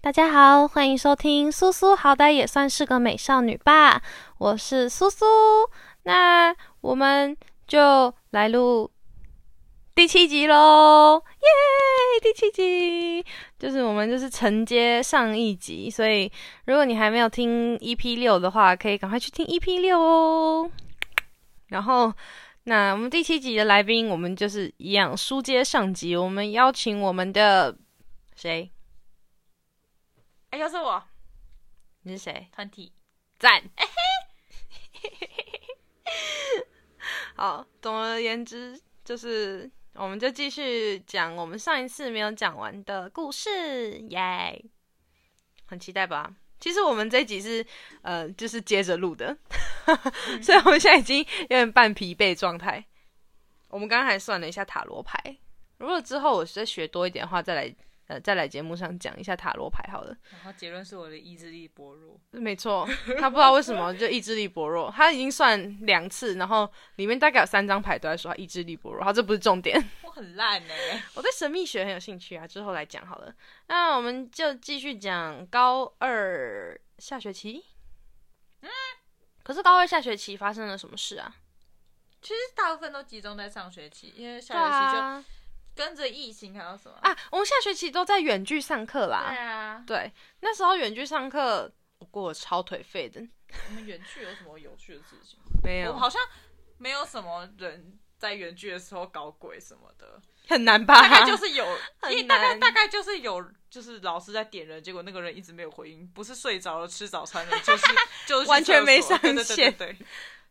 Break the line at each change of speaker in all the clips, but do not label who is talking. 大家好，欢迎收听苏苏，好歹也算是个美少女吧。我是苏苏，那我们就来录第七集喽，耶！第七集就是我们就是承接上一集，所以如果你还没有听 EP 六的话，可以赶快去听 EP 六哦。然后，那我们第七集的来宾，我们就是一样书接上集，我们邀请我们的谁？
哎、又是我
你是谁？
团体，
赞。 好，总而言之，就是我们就继续讲我们上一次没有讲完的故事，耶！很期待吧？其实我们这一集是呃，就是接着录的， 所以我们现在已经有点半疲惫状态。我们刚刚还算了一下塔罗牌，如果之后我再学多一点的话，再来呃再来节目上讲一下塔罗牌好了。
然后结论是我的意志力薄弱，
没错，他不知道为什么就意志力薄弱，他已经算两次，然后里面大概有三张牌都在说他意志力薄弱，好，这不是重点。
我很烂呢、
我对神秘学很有兴趣啊，之后来讲好了。那我们就继续讲高二下学期。嗯可是高二下学期发生了什么事啊？
其实大部分都集中在上学期，因
对
为下学期
啊，
就跟着疫情还有什么？
啊，我们下学期都在远距上课啦。
对啊，
对，那时候远距上课，不过我超颓废的，
我们园区有什么有趣的事情？
没
我
有，
好像没有什么人在园区的时候搞鬼什么的，
很难吧？
大概就是有，
啊 很
因为大概
难
大概就是有，就是老师在点人，结果那个人一直没有回应，不是睡着了吃早餐了， 就是就是去
完全没
厕所对
上
对对
线
对对，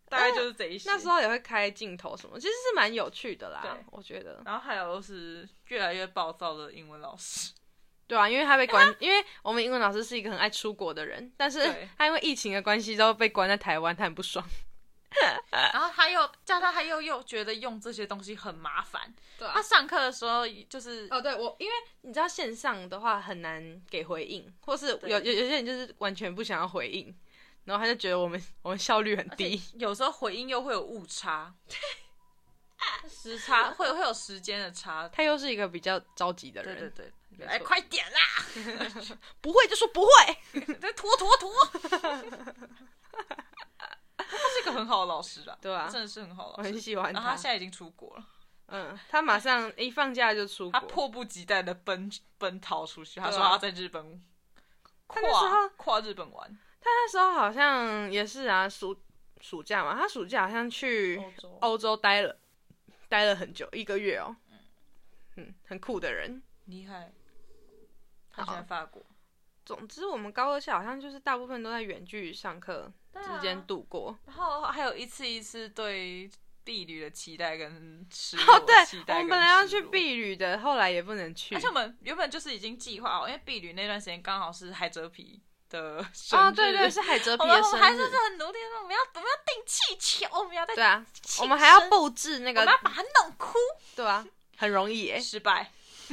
大概就是这一些。
那时候也会开镜头什么，其实是蛮有趣的啦
对，
我觉得。
然后还有就是越来越暴躁的英文老师，
对啊，因为他被关，因为我们英文老师是一个很爱出国的人，但是
对
他因为疫情的关系都被关在台湾，他很不爽。
然后他又叫他，他又又觉得用这些东西很麻烦。
对
他上课的时候就是
啊哦，对我，因为你知道线上的话很难给回应，或是有
对
有有些人就是完全不想要回应，然后他就觉得我们 我们效率很低。
有时候回应又会有误差，时差会会有时间的 差。
他又是一个比较着急的
对
人，
对
没
对，
错
哎，快点 啦！
不会就说不会。
这拖拖拖。 他是一个很好的老师啦，
对啊
真的是很好的
我
老
很
师。
喜欢
然后他
他，
现在已经出国了，
嗯，他马上一放假就出
他
国，
迫不及待的奔奔逃出去。他
对啊
说他在日本跨
那时候
跨日本玩，
那时候好像也是啊，暑暑假嘛，他暑假好像去
欧洲
欧洲待了待了很久，一个月哦。嗯，很酷的人。
厉害。他喜欢
好
法国，
总之，我们高二下好像就是大部分都在远距上课之间度过。
啊然后还有一次一次对婢女的期待跟失落，
哦，对
期，
我
待
们
跟
本来要
失
去
落，
避旅的，后来也不能去
而且。我们原本就是已经计划好，因为婢女那段时间刚好是海蜇皮的生日，
哦，对对，是海蜇
我
皮
们
的
我们还
生
是
日。
很努力的，我们要我们要订气球，我们要在
对啊，
庆
我们还要
生
布置那
我们
个
要，把它弄哭，哎
对啊，很容易耶。
失败，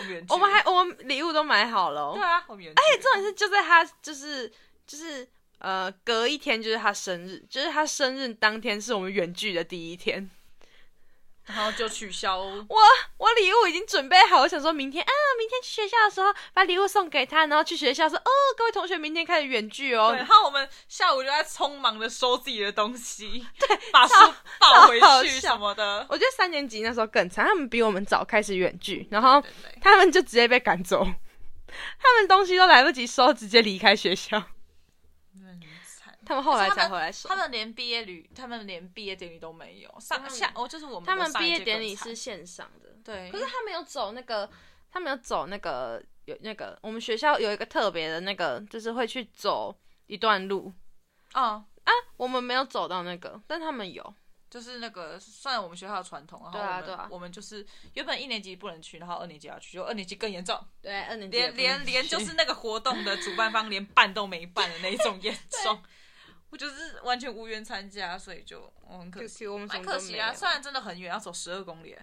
我们远距
我们
了
还我们礼物都买好了哦
对。啊，我们远哎，
重点是就在他就是就是呃隔一天就是他生日，就是他生日当天是我们远距的第一天。
然后就取消，
我礼物已经准备好，我想说明天啊，明天去学校的时候把礼物送给他，然后去学校说哦，各位同学，明天开始远距哦
对，，然后我们下午就在匆忙的收自己的 东西，对，把书抱回
超好
去
笑
什么的，
我觉得三年级那时候更惨，他们比我们早开始远距，然后
对对对
他们就直接被赶走， 他们东西都来不及收，直接离开学校。
很惨。
他们后来
而且
才
他们
回来收
他。们连毕业旅，他们连毕业典礼都没有。上
嗯
下哦，就是我们
他们
我上一
毕
届
业典礼
更
是
惨
线上的，
对，
可是他没有走那个，他没有走那个有那个，我们学校有一个特别的那个，就是会去走一段路
哦，
啊，我们没有走到那个，但他们有，
就是那个算我们学校的传统，然后
对
我
啊
们
对啊
我们就是原本一年级不能去，然后二年级要去，就二年级更严重，
对，二年
连连连就是那个活动的主办方连办都没办的那一 种严重。我就是完全无缘参加，所以就我很可惜，
QQ 我们什
蛮
么
可
都
惜
没
啊。
有，
虽然真的很远，要走十二公里，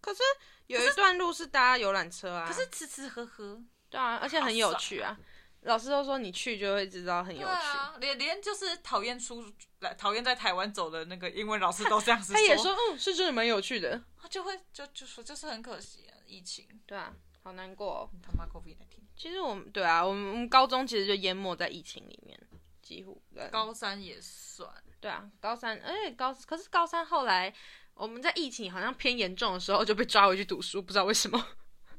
可是有一段路是搭游览车啊，
可是吃吃喝喝，
对啊，而且很有趣啊，老师都说你去就会知道很有
对
趣。
啊，连连就是讨厌出来、讨厌在台湾走的那个英文老师都这样子
他也说，嗯，是真的蛮有趣的。
他就会就就说就是很可惜、啊，疫情
对啊，好难过、哦。
他妈 COVID 来听，
其实我们对啊，我们我们高中其实就淹没在疫情里面，几乎对啊
高三也算，
对啊，高三，而且高可是高三后来我们在疫情好像偏严重的时候就被抓回去读书，不知道为什么。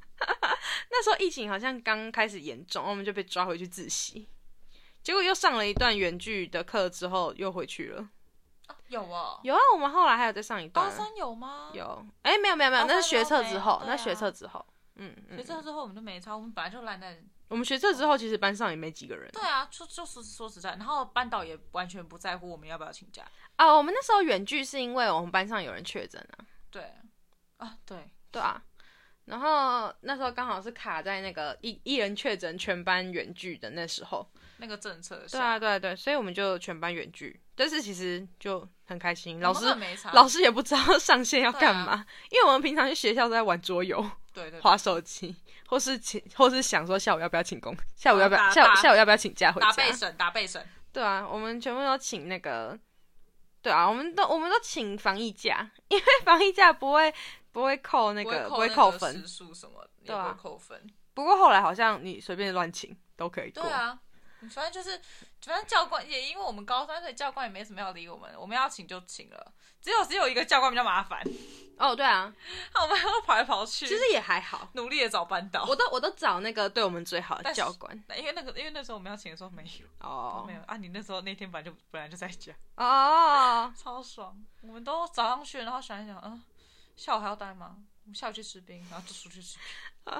那时候疫情好像刚开始严重，我们就被抓回去自习，结果又上了一段远距的课之后又回去了。
啊有哦，
有啊，我们后来还有再上一段
高
啊。
三有吗？。
有，哎、没有没有没有，
高
那
三
是学测之后
都，没有
那
对啊
学测之后，嗯
所以
嗯，
这之后我们就没差，我们本来就烂在。
我们学测之后其实班上也没几个人。
对啊，就就是说实在，然后班导也完全不在乎我们要不要请假。
啊，我们那时候远距是因为我们班上有人确诊啊，
对，啊对，
对啊，然后那时候刚好是卡在那个一一人确诊全班远距的那时候，
那个政策
对
下，
啊对啊对啊，所以我们就全班远距，但是其实就很开心，老
我们
师
根本没差，
老师也不知道 上线要干嘛，
对啊
因为我们平常去学校都在玩桌游、
对对对
划手机，或是请或是想说下午要不要请工，下午要不要
啊打
下午
打
下午要不要请假回
打
家
背？审打背审，
对啊，我们全部都请那个，对啊，我们都我们都请防疫假，因为防疫假不会不会扣那
不
个
扣
会
那
扣
个
分
时，数什么，也
对
不
啊
会扣分。
不过后来好像你随便乱请都可以过。
对啊，反正就是，反正教官也因为我们高三，所以教官也没什么要理我们，我们要请就请了。只有只有一个教官比较麻烦，
哦，对啊，
我们还要跑来跑去，
其实也还好，
努力的找班导。
我都我都找那个对我们最好的
但是
教官。
因为那个，因为那时候我们要请的时候没有，
哦
没有啊！你那时候那天本来就本来就在家，
哦，
超爽。我们都早上去，然后想一想，嗯，下午还要待吗？我们下午去吃冰，然后就出去吃冰，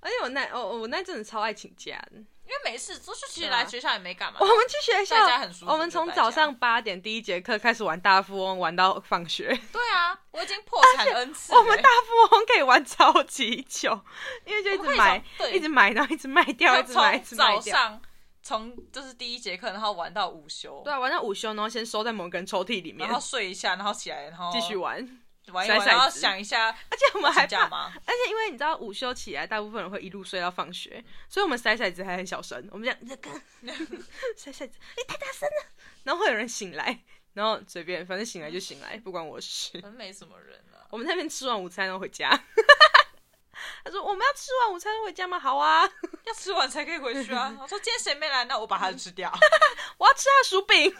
而且我那哦我我那阵子超爱请假的，
因为没事，就是其
对
实
啊
来学校也没干嘛
我。们去学校
在家很舒服
我们从早上八点第一节课开始玩大富翁，玩到放学。
对啊，我已经破产 N 次了。
我们大富翁可以玩超级久，因为就一直买
我们可以从，对
一直买，然后一直卖掉，一
就
直买，一
从
直卖
早
掉。
上从就是第一节课，然后玩到午休，
对啊，玩到午休，然后先收在某个人抽屉里面
然后，睡一下，然后起来，然后
继续玩。
玩一玩，
甩骰子
然后想一下
而且我们还
请假
怕，
吗？
而且因为你知道午休起来，大部分人会一路睡到放学，所以我们筛骰子还很小声，我们这样 这个筛骰子，哎、太大声了，然后会有人醒来，然后随便，反正醒来就醒来，不关我事
反。正没什么人啊。
我们那边吃完午餐然后回家， 他说我们要吃完午餐回家吗？好啊，
要吃完才可以回去 啊！我说今天谁没来，那我把它吃 掉。
我要吃他的薯饼。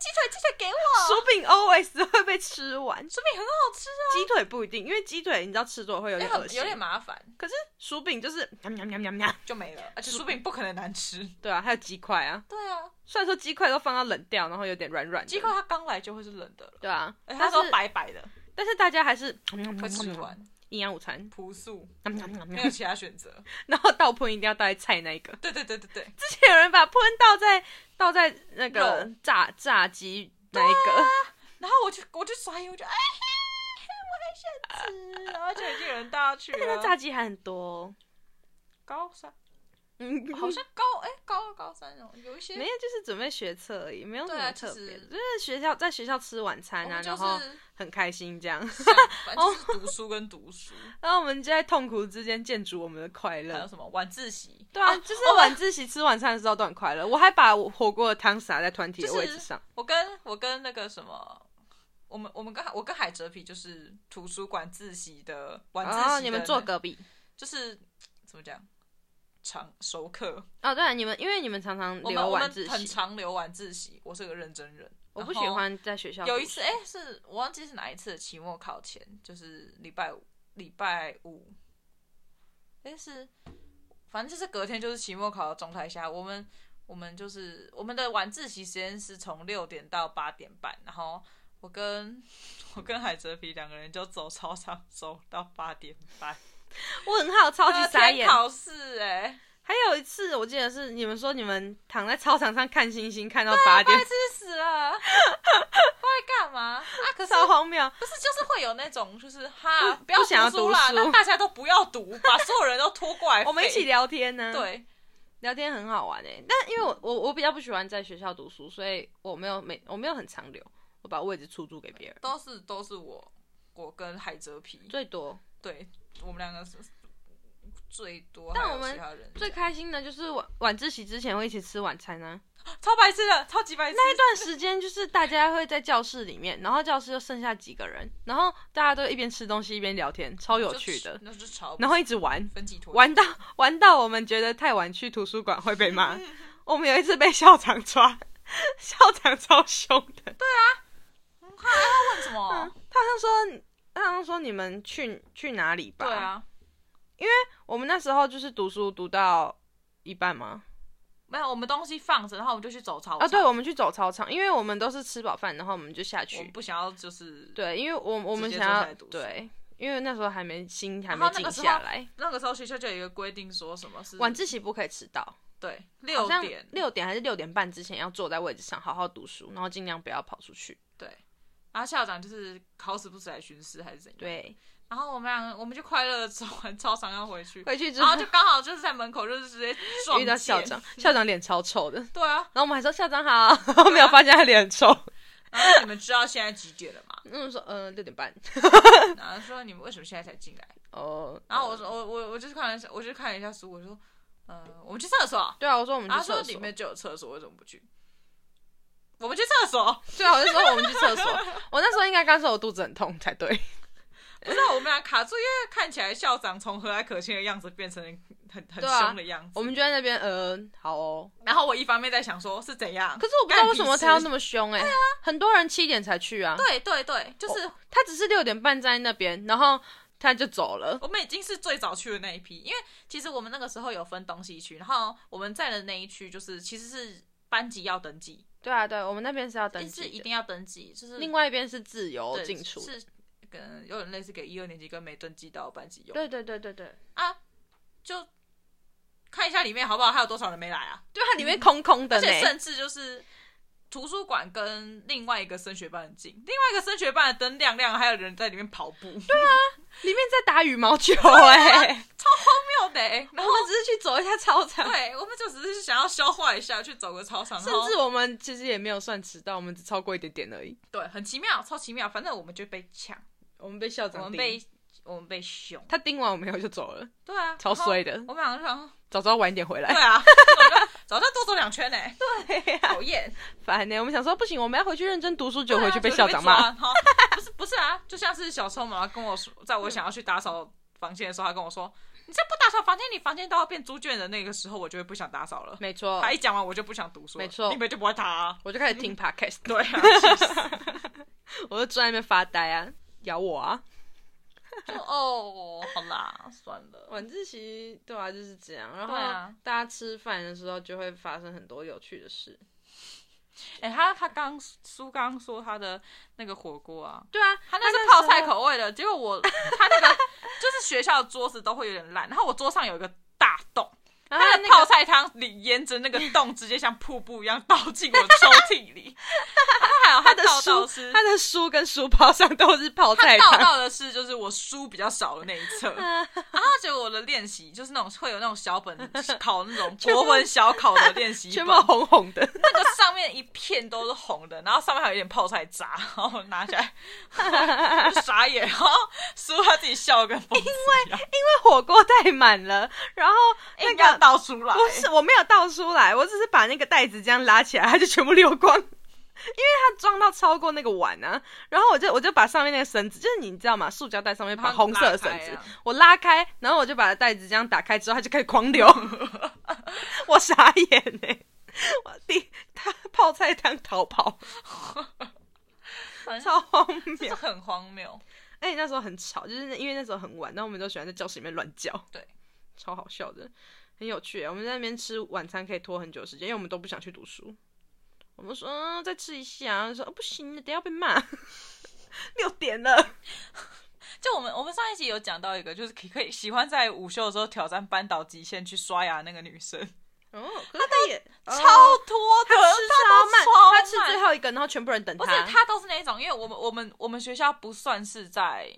鸡腿，鸡腿给我，
薯饼 always 会被吃完，
说明很好吃啊。
鸡腿不一定，因为鸡腿你知道吃多了会有
哎
点恶
很
心，
有点麻烦，
可是薯饼就是喵喵喵喵喵，
就没了。而且薯饼不可能难吃。
对啊，还有鸡块啊，
对啊，
虽然说鸡块都放到冷掉，然后有点软软的，
鸡块它刚来就会是冷的了，
对啊，
而且
但
它都
是
白白的，
但是大家还是
会吃完，
营养午餐，
嗯朴素，
喵喵喵
没
喵
有其他选择。
然后倒喷一定要倒在菜那一个，
对对对对对，
之前有人把喷倒在倒在那个
肉
炸炸鸡那一个，
然后我就我就甩眼，我就哎，我还想吃，然后就已经有人带他去
那
了。
炸鸡还很多哦、
高三
嗯，
好像高哎高二高三哦，有一些
没有，就是准备学测而已，没有什
对
么
啊
特
其
别
实
的，就是学校在学校吃晚
我
餐啊，
们就
然
是
后很开心这样，
像反正就是读书跟读 书，
然后我们就在痛苦之间建筑我们的快
还有
乐。
什么晚自习，
对啊，就是晚自习吃晚餐的时候都很快乐，我还把我火锅的汤洒在团体的位置上。
我跟我跟那个什么，我们我们跟我跟海哲皮就是图书馆自习的晚自习的那、
哦，你们坐隔壁
就是怎么讲，常熟课。
哦，对、啊，你们因为你们常常
我们
留
我
晚
们
自
很
习，
常留晚自习，我是个认真人。
我不喜
然后
欢在学校。
有一次，哎、是我忘记是哪一次的期末考前，就是礼拜五，礼拜五，哎、是，反正就是隔天就是期末考的状态下，我们我们就是我们的晚自习时间是从六点到八点半，然后我跟我跟海哲皮两个人就走操场走到八点半，
我很好，超级傻
那呃天
眼。
考试哎、
还有一次，我记得是你们说你们躺在操场上看星星，看到八点
白，痴死了，不知道在干嘛啊？可是
超荒谬。
不是，就是会有那种，就是哈，不要
不想要
读啦，
读书
那大家都不要读，把所有人都拖过来 废，
我们一起聊天呢、。
对，
聊天很好玩诶、欸但因为我我我比较不喜欢在学校读书，所以我没有每我没有很常留，我把位置出租给别人，
都是都是我，我跟海蜇皮，
最多
对我们两个是最多，
但
还有
我们
其他人
最开心的就是晚晚自习之前会一起吃晚餐啊呢、
超白痴的，超级白痴。
那一段时间就是大家会在教室里面，然后教室就剩下几个人，然后大家都一边吃东西一边聊天，超有
就
趣的，
那就超
然后一直玩，
分几坨
玩到 玩到我们觉得太晚去图书馆会被骂。我们有一次被校长抓， 校长超凶的，
问什么？
他好像说，他好像说你们去去哪里吧？
对，啊，
我们那时候就是读书读到一半吗？
没有，我们东西放着，然后我们就去走操场
啊，对，，我们去走操场，因为我们都是吃饱饭，然后我们就下
我们
去。
不想要就是
对，因为我我们
直接
想
坐下
要
来读书
对，因为那时候还没心还
然
没
后那
静
个时候
下来，
那个时候学校就有一个规定，说什么是
晚自习不可以迟到，
对
好
六
像
点
六点还是六点半之前要坐在位置上好好读书，然后尽量不要跑出去。
对，然后校长就是好死不死来巡视还是怎样，
对，
然后我们俩我们就快乐的走完操场要回去，
回去之
然
后
后就刚好就是在门口就是直接撞
遇到
见
校 长，，校长脸超臭的，
对啊，
然后我们还说校长好，没有发现他脸很 臭。
然后你们知道现在几点了吗？
嗯，说呃六点半，
然后说你们为什么现在才进来？
哦，
然后我说我我我就是看了一下，我就看了一下书，我说，呃，我们去厕所，
对啊，我说我们
然
去
后说
厕
里
所，
面就有厕所，为什么不去？我们去厕所，
对啊，我就说我们去厕所。我那时候应该刚说我肚子很痛才 对，
不是我们俩卡住，因为看起来校长从和蔼可亲的样子变成很很
对啊
凶的样子。
我们就在那边呃好哦，
然后我一方面在想说是怎样，
可是我不知道
干
为
屁
什么他要
事
那么凶哎、很多人七点才去啊，
对对对，就是、
他只是六点半在那边，然后他就走了。
我们已经是最早去的那一批，因为其实我们那个时候有分东西区，然后我们在的那一区就是其实是班级要登记，
对啊，对，我们那边是要登
但
记
是
的，
一定要登记，就是
另外一边是自由
对
进出的。
是跟有点类似给一二年级跟没登记到的班级用，
对对对对对，
啊，就看一下里面好不好，还有多少人没来啊？
对，它里面空空的
而
呢。
且甚至就是图书馆跟另外一个升学班很近，另外一个升学班的灯亮亮，还有人在里面跑步，对啊，
里面在打羽毛球哎、
没有的、
我们只是去走一下操 场，
对，我们就只是想要消化一下，去走个操场，
甚
然后
至我们其实也没有算迟到，我们只超过一点点而已。
对，很奇妙，超奇妙。反正我们就被抢，
我们被校
我
长
们
盯
被我们被凶，
他盯完我们以后就走了，
对啊，
超衰的哎
然后我们两个就想，
早知道晚一点回
对
来，
啊， 早就早就多走两圈呢、
对呀、
讨厌，
烦欸呢、我们想说不行，我们要回去认真读书， 就
对啊
回去被
就
校
被
长
抓
骂。
然后不是不是啊，就像是小时候妈妈跟我说，在我想要去打扫房间的时候，她跟我说，你再不打扫房间，你房间都要变猪圈的那个时候，我就会不想打扫了。
没错
她，一讲完，我就不想读书了，
没错
你们就不会打、啊。
我就开始听 podcast，
对啊，气 死
我就坐在那边发呆啊，咬我啊。
就哦，好啦，算了，
晚自习对啊，就是这样。然后
对啊
大家吃饭的时候就会发生很多有趣的事。
哎、他他刚苏刚说他的那个火锅啊，
对啊，
他那是泡菜口味的，结果我 他那个就是学校的桌子都会有点烂，然后我桌上有一个大洞，
然后
他
那
的
个
泡菜汤里沿着那个洞直接像瀑布一样倒进我抽屉 里，然后还有
他
他
的
倒到
书，
是
他的书跟书包上都是泡菜
他倒
汤。
到的是就是我书比较少的那一 侧，然后结果我的练习就是那种会有那种小本考那 种国文小考的练 习
全
本
部，红红的，
那个上面一片都是红的，然后上面还有一点泡菜渣，然后我拿起来 我就傻眼，然后师傅他自己笑得跟疯子一样，因为
火锅太满了，然后那
应该
个
要倒出来，
不是，我没有倒出来，我只是把那个袋子这样拉起来，它就全部流光，因为它装到超过那个碗啊。然后我就我就把上面那个绳子，就是你知道吗？塑胶袋上面绑
然后
红
你
色的
拉
绳
开
子
啊，
我拉开，然后我就把袋子这样打开之后，它就开始狂 流，我傻眼呢、我第他泡菜汤逃跑，
反正
超荒
就
谬！
很荒谬。
而且那时候很吵，就是因为那时候很晚，然后我们都喜欢在教室里面乱叫，
对，
超好笑的，很有趣耶。欸我们在那边吃晚餐可以拖很久时间，因为我们都不想去读书。我们说、嗯、再吃一下，然后说、哦、不行，等一下要被骂。 六点了，
就我们我们上一集有讲到一个，就是可以可以喜欢在午休的时候挑战扳倒极限去刷牙那个女生，
哦，可是他也
超
超
拖的，
吃哦超慢，他
她
吃最后一个，然后全部人等
不
他。
是，他都是那一种，因为我们我们我们学校不算是在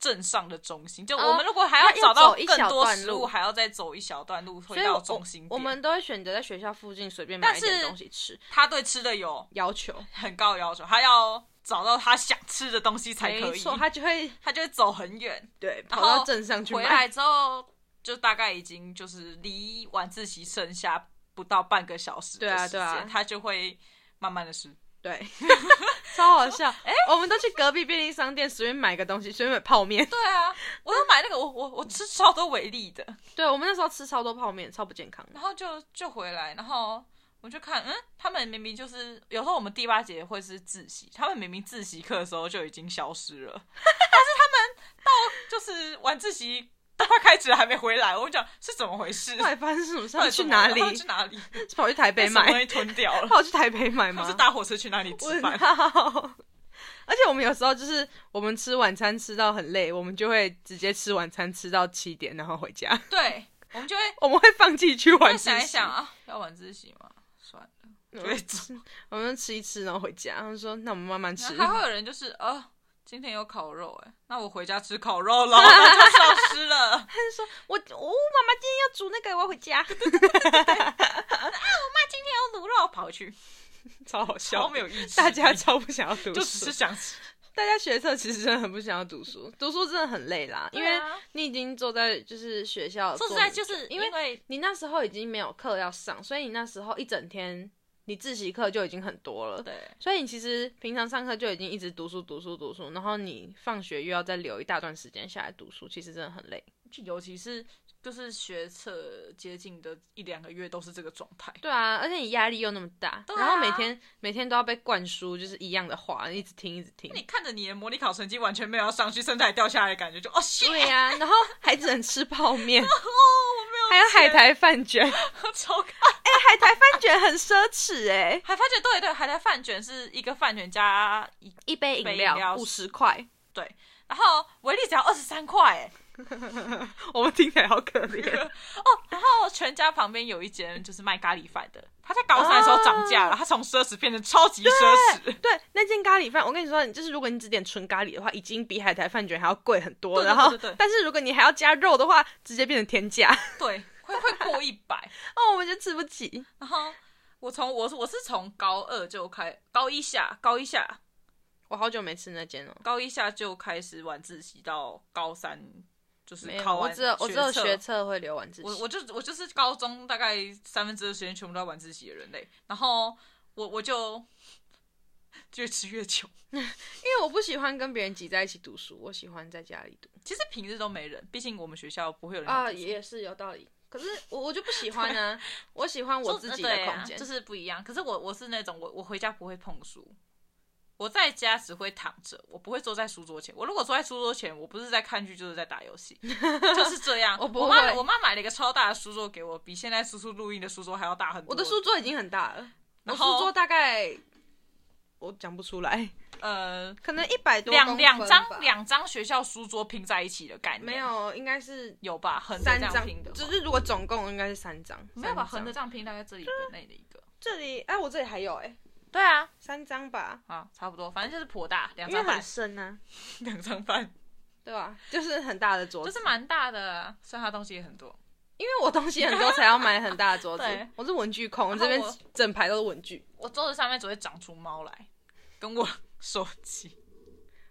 镇上的中心，就
哦
我们如果还
要
找到
要走一小
更多
段
食
路
物，还要再走一小段路
所
回
以
到
我
中心点
我们都会选择在学校附近随便买一
但
点
是
东西吃，
他对吃的有
要求
很高的要求，他要找到他想吃的东西才可
没
以，
错，
他
他就会
就会走很远，
对
然
跑
后
到镇上去
回
买。
来之后就大概已经就是离晚自习剩下不到半个小时的
对啊
时
对
间
啊
他就会慢慢的吃。
对，超好笑。哎、我们都去隔壁便利商店随便买个东西，随便买泡面。
对啊，我都买那个，我我我吃超多维力的，
对，我们那时候吃超多泡面，超不健康的。
然后就就回来，然后我就看，嗯，他们明明就是有时候我们第八节会是自习，他们明明自习课的时候就已经消失了， 但是他们到就是晚自习大概开始还没回来，我就讲是怎么回事？
后来发生什么事？他
到
们
底
去
怎么
哪
了
里
他？们去哪里？
是 跑去台北
被什么东
买？
西吞掉了？
跑去台北买
他
吗
们是？搭火车去哪里吃
问
饭？
号。 而且我们有时候就是我们吃晚餐吃到很累，我们就会直接吃晚餐吃到七点，然后回家。
对，我们就会
我们会放弃去晚
再
自习。
想一想啊，要晚自习吗？算 了，
嗯
就会走。
我们吃一吃，然后回家。他们说：“那我们慢慢吃。
然后还会有人就是呃，今天有烤肉哎、那我回家吃烤肉喽， 那就消失 了。
我哦，妈妈今天要煮那个，我要回家。
还有卤肉跑去，
超好笑
超，没有意思，
大家超不想要读
就只
书
是。想吃，
大家学测其实真的很不想要读书，读书真的很累啦，因
对
为
啊
你已经坐在就是学校。
说实在就是
因
因
为
为
你那时候已经没有课要上，所以你那时候一整天你自习课就已经很多了。
对
所以你其实平常上课就已经一直读书、读书、读书，然后你放学又要再留一大段时间下来读书，其实真的很累。
就尤其是就是学测接近的一两个月都是这个状态。
对啊，而且你压力又那么大，
对啊
然后每天每天都要被灌输就是一样的话，一直听一直听
那。你看着你的模拟考成绩完全没有要上去，甚至还掉下来的感觉，就哦，shit，哦
对呀、然后还只能吃泡面，
我没
还有海苔饭卷，海
有 超开。
哎苔饭卷很奢侈哎、
还发觉对对，海苔饭卷是一个饭卷加一，
一杯饮
饮
料
料
五十块，
然后维力只要二十三块哎，
我们听起来好可怜。
哦然后全家旁边有一间就是卖咖喱饭的，他在高三的时候涨价了，他从奢侈变成超级奢侈。
对，那间咖喱饭，我跟你说，你就是如果你只点纯咖喱的话，已经比海苔饭卷还要贵很多。
对对
然后
对对对，
但是如果你还要加肉的话，直接变成天价。
对，会会过一百。
哦，我们就吃不起。
然后我从我是我是从高二就开，高一下高一下
我好久没吃那间了。
高一下就开始晚自习到高三，就是
没有，
考
我
完
只有我只有
测
学测会留晚自习。
我我就我就是高中大概三分之二时间全部都在晚自习的人类，然后我我就越吃越穷。
因为我不喜欢跟别人挤在一起读书，我喜欢在家里读。
其实平日都没人，毕竟我们学校不会有人
啊，
读书
也是有道理。可是我我就不喜欢 呢、我喜欢我
说
自
呃
己的
对啊
空间。
就是不一样。可是我我是那种我我回家不会碰书，我在家只会躺着，我不会坐在书桌前。我如果坐在书桌前，我不是在看剧就是在打 游戏，就是这样。
我
我
不
妈
会
我妈买了一个超大的书桌给我，比现在叔叔录音的书桌还要大很多。
我的书桌已经很大了，我
然
书
后
桌大概我讲不出来，
呃
可能一百多
两
公
两
分吧
张两张学校书桌拼在一起的概念，
没有，应该是
有吧？横着
三
这样
张
拼的，，
就是如果总共应该是三张，
没有吧？横
三
着
张
这样拼，大概这里以内的一个。
这里，哎、我这里还有哎、
对啊，
三张吧，
啊，差不多，反正就是颇大，两
因为
张
很
半，
深啊，
两张半，
对吧、就是很大的桌
就
子，
是蛮大的啊，虽然它东西也很多。
因为我东西很多才要买很大的 桌子
对，
我是文具控，我
然
这
后
边
我
整排都是文具。
我桌子上面只会长出猫来，跟我 手机，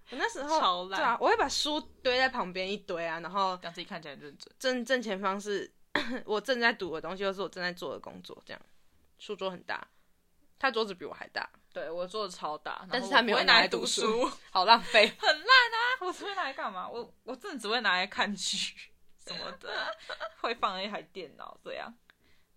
我那时候
超
对
烂
啊，我会把书堆在旁边一堆啊，然后
让自己看起来很认真。
正正前方是我正在读的东西，或是我正在做的工作，这样书桌很大，他桌子比我还大，
对我桌子超大，
但是它没有
然后我不会
拿
拿
来
来
读
读
书
书，
好浪费。
很烂啊！我只会拿来干嘛？我我真的只会拿来看剧什么的， 会放一台电脑这样。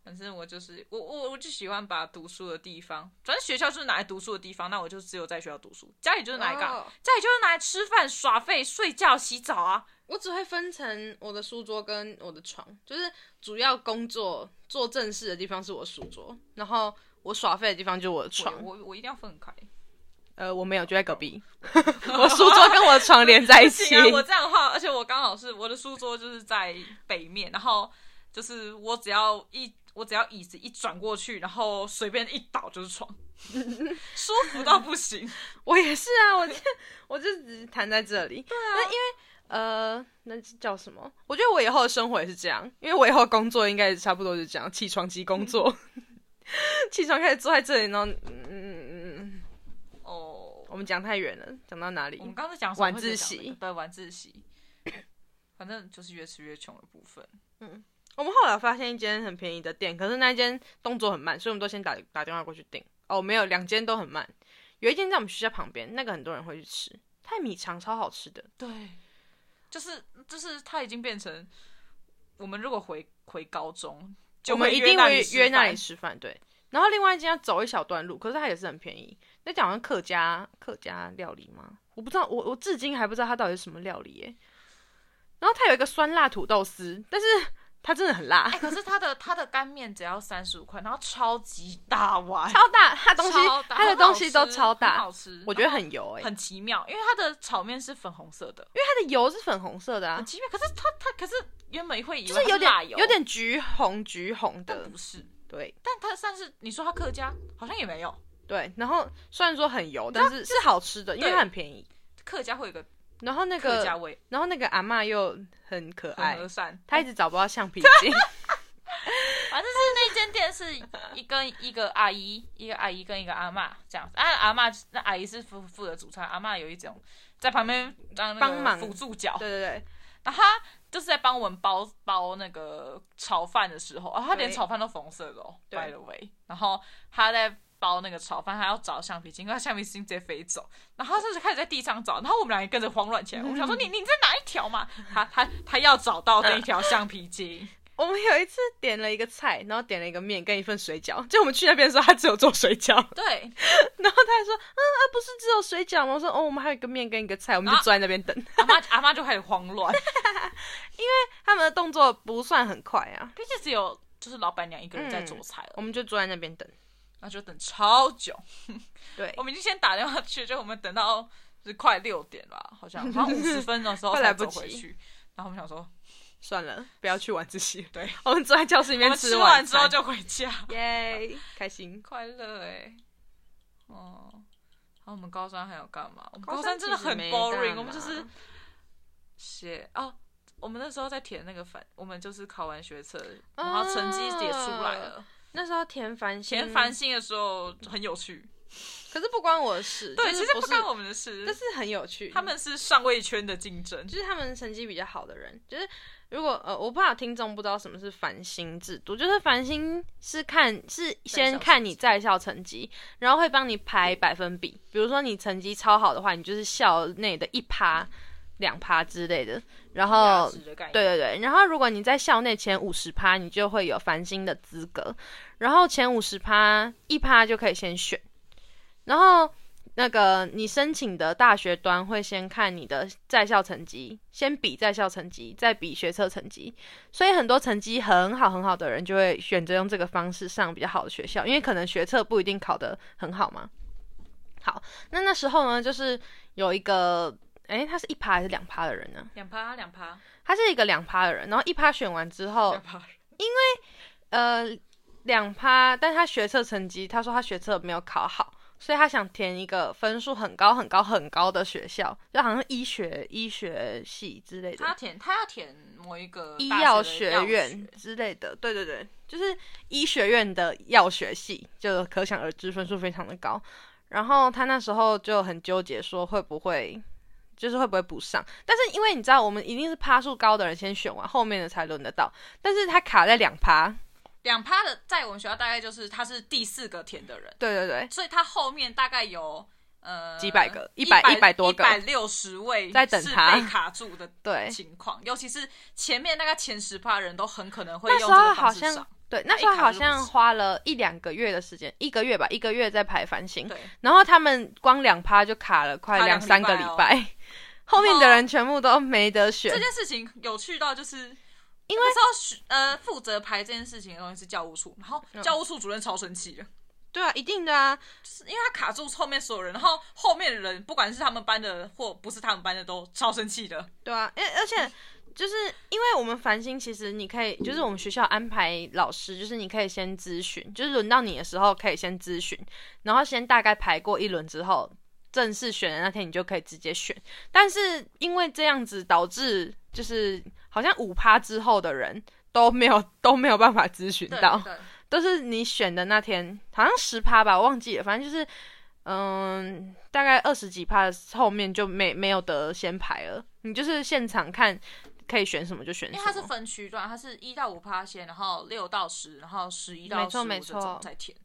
反正我就是我我我就喜欢把读书的地方，反正学校就是拿来读书的地方，那我就只有在学校读书，家里就是拿来干嘛
哦
家里就是拿来吃饭、耍废、睡觉、洗澡啊。
我只会分成我的书桌跟我的床，就是主要工作做正事的地方是我书桌，然后我耍废的地方就是我的
我
床。
我我一定要分开，
呃，我没有，就在隔壁， 我书桌跟我的床连在一
不
起
行。啊！我这样的话，而且我刚好是我的书桌就是在北面，然后就是我只要一我只要椅子一转过去，然后随便一倒就是床， 舒服到不行。
我也是啊，我就我就只是躺在这里。对啊，那因为呃，那叫什么？我觉得我以后的生活也是这样，因为我以后工作应该也差不多是这样，起床即工作， 起床开始坐在这里，然后嗯嗯嗯嗯嗯，
哦，
我们讲太远了，讲到哪里
我？们刚才讲什么
晚自习
会讲那个对晚自习，反正就是越吃越穷的部分。
我们后来发现一间很便宜的店，可是那一间动作很慢，所以我们都先打打电话过去订。哦，没有，两间都很慢。有一间在我们学校旁边，那个很多人会去吃，太米肠超好吃的。
对，就是就是它已经变成我们如果回回高中，就
我们
会
一定
那
会
里吃
约那
饭
里吃饭，对。然后另外一间要走一小段路，可是它也是很便宜。那家好像客家客家料理吗？我不知道，我我至今还不知道它到底是什么料理耶。然后它有一个酸辣土豆丝，但是它真的很辣
哎、，可是它的它的干面只要三十五块，然后超级大碗，
超大， 它东西
超大
它的
很好
东西都
吃
超
很
大，
好吃，
我觉得很油哎，
很奇妙，因为它的炒面是粉红色的，
它的油是粉红色的啊
很，奇妙。可是它它可是原本会以为
就是
它
有
辣
点
油，嗯
有点橘红橘红
但
的
不，是，
对
但它但是你说它客家好像也没有，
对。然后虽然说很油，但是是好吃的，因为
对
它很便宜。
客家会有一个
然后那
客家
个哎
味，
然后那个阿嬷又很可
很
爱
和，善。
她一直找不到橡皮筋，
反正是那间店是一跟一个阿姨，一个阿姨跟一个阿嬷这样子。啊，阿嬷那阿姨是负负责煮菜，阿嬷有一种在旁边当那个
帮忙
辅 助脚，
对对对，
然啊后他就是在帮我们包包那个炒饭的时候，啊，他连
对
炒饭都粉红色的哦
对
，by the way。然后他在包那个炒饭，他要找橡皮筋，因为他橡皮筋直接飞走，然后他就是开始在地上找，然后我们俩也跟着慌乱起来。我们 想说你你在哪一条嘛？他他他要找到那一条
嗯
橡 皮筋，
我们有一次点了一个菜，然后点了一个面跟一份水饺，就我们去那边的时候，他只有做水饺，
对，
然后他还说，嗯啊，不是只有水饺吗？我说哦，我们还有一个面跟一个菜，我们就
啊
坐在那边等。
阿妈阿妈就开始慌乱，
他们的动作不算很快啊，
毕竟只有就是老板娘一个人在
嗯
做菜了，
我们就坐在那边等。
那就等超久。
对
我，们已经先打电话去，就我们等到是快六点吧，好像好像五十分的时 候
快
才
来不
走
及
回去。然后我们想说，
算了，不要去晚自 习。
对，
我们坐在教室里
我
面
们吃
完
完之后
餐
就回家，
耶，开心。
快乐哎、哦，然后我们高三还有干嘛？我们
高
高
三
三真的
其实
很
没
boring，
干
我们就
嘛
是写哦。我们那时候在填那个反，我们就是考完学测，然后
啊
成绩也出来了。
那时候填繁星，
填繁星的时候很有趣，
可是不关我嗯的事，
对，
就
其
是
实
不
不
是
干我们的事
但，是很有趣。
他们是上位圈的竞争，
就是他们成绩比较好的人，就是如果呃，我不知道听众不知道什么是繁星制度，就是繁星是看是先看你在校成绩，然后会帮你排百分比，比如说你成绩超好的话，你就是校内的一趴、两趴之类的，然后
价值的概念
哦对对对，然后如果你在校内前五十趴，你就会有繁星的资格。然后前五十趴一趴就可以先选，然后那个你申请的大学端会先看你的在校成绩，先比在校成绩，再比学测成绩。所以很多成绩很好很好的人就会选择用这个方式上比较好的学校，因为可能学测不一定考得很好嘛。好，那那时候呢，就是有一个，诶，他是一趴还是两趴的人呢？
两趴两趴
他是一个两趴的人，然后一趴选完之 后
两，趴，
呃，两趴，但他学测成绩，他说他学测没有考好，所以他想填一个分数很高、很高、很高的学校，就好像医学、医学系之类的，
他要填他要填某一个
医
大
药
学
学
的药
院之类的。对对对，就是医学院的药学系，就可想而知分数非常的高。然后他那时候就很纠结，说会不会。就是会不会补上，但是因为你知道，我们一定是趴数高的人先选完，后面的才轮得到。但是他卡在两趴，
两趴的，在我们学校大概就是他是第四个填的人，
对对对，
所以他后面大概有呃
几百个
一
一百
一
一百多个
一百六十位
在等
是
他
被卡住的
对
情况，尤其是前面大概前十趴人都很可能会
那
用
时
这
候
个
好
方式
像
上，
对，
那
那
一
时候
卡
好
就不
像
行
花了一两个月的时间，一个月吧，一个月在排繁星，
对，
然后他们光两趴就卡了快
卡
两
两个
三
礼
个
拜
礼
哦
拜， 后面的
后
人全部都没得选
这，件事情有趣到就是。
因
为那时候呃负责排这件事情的东西是教务处，然后
嗯
教务处主任超生气的，
对啊，一定的啊，
就是因为他卡住后面所有人，然后后面的人不管是他们班的或不是他们班的都超生气的。
对啊，而而且就是因为我们繁星，其实你可以就是我们学校安排老师，就是你可以先咨询，就是轮到你的时候可以先咨询，然后先大概排过一轮之后，正式选的那天你就可以直接选。但是因为这样子导致就是好像五趴之后的人。都没有都没有办法咨询到，
对
都是你选的那天，好像十趴吧，我忘记了，反正就是，嗯，大概二十几趴后面就没没有得先排了，你就是现场看可以选什么就选
因
什
为
么。嗯
它是分区段，它是一到五趴先，然后六到十，然后十一到
没
十
错
五
没
这
错
种再填，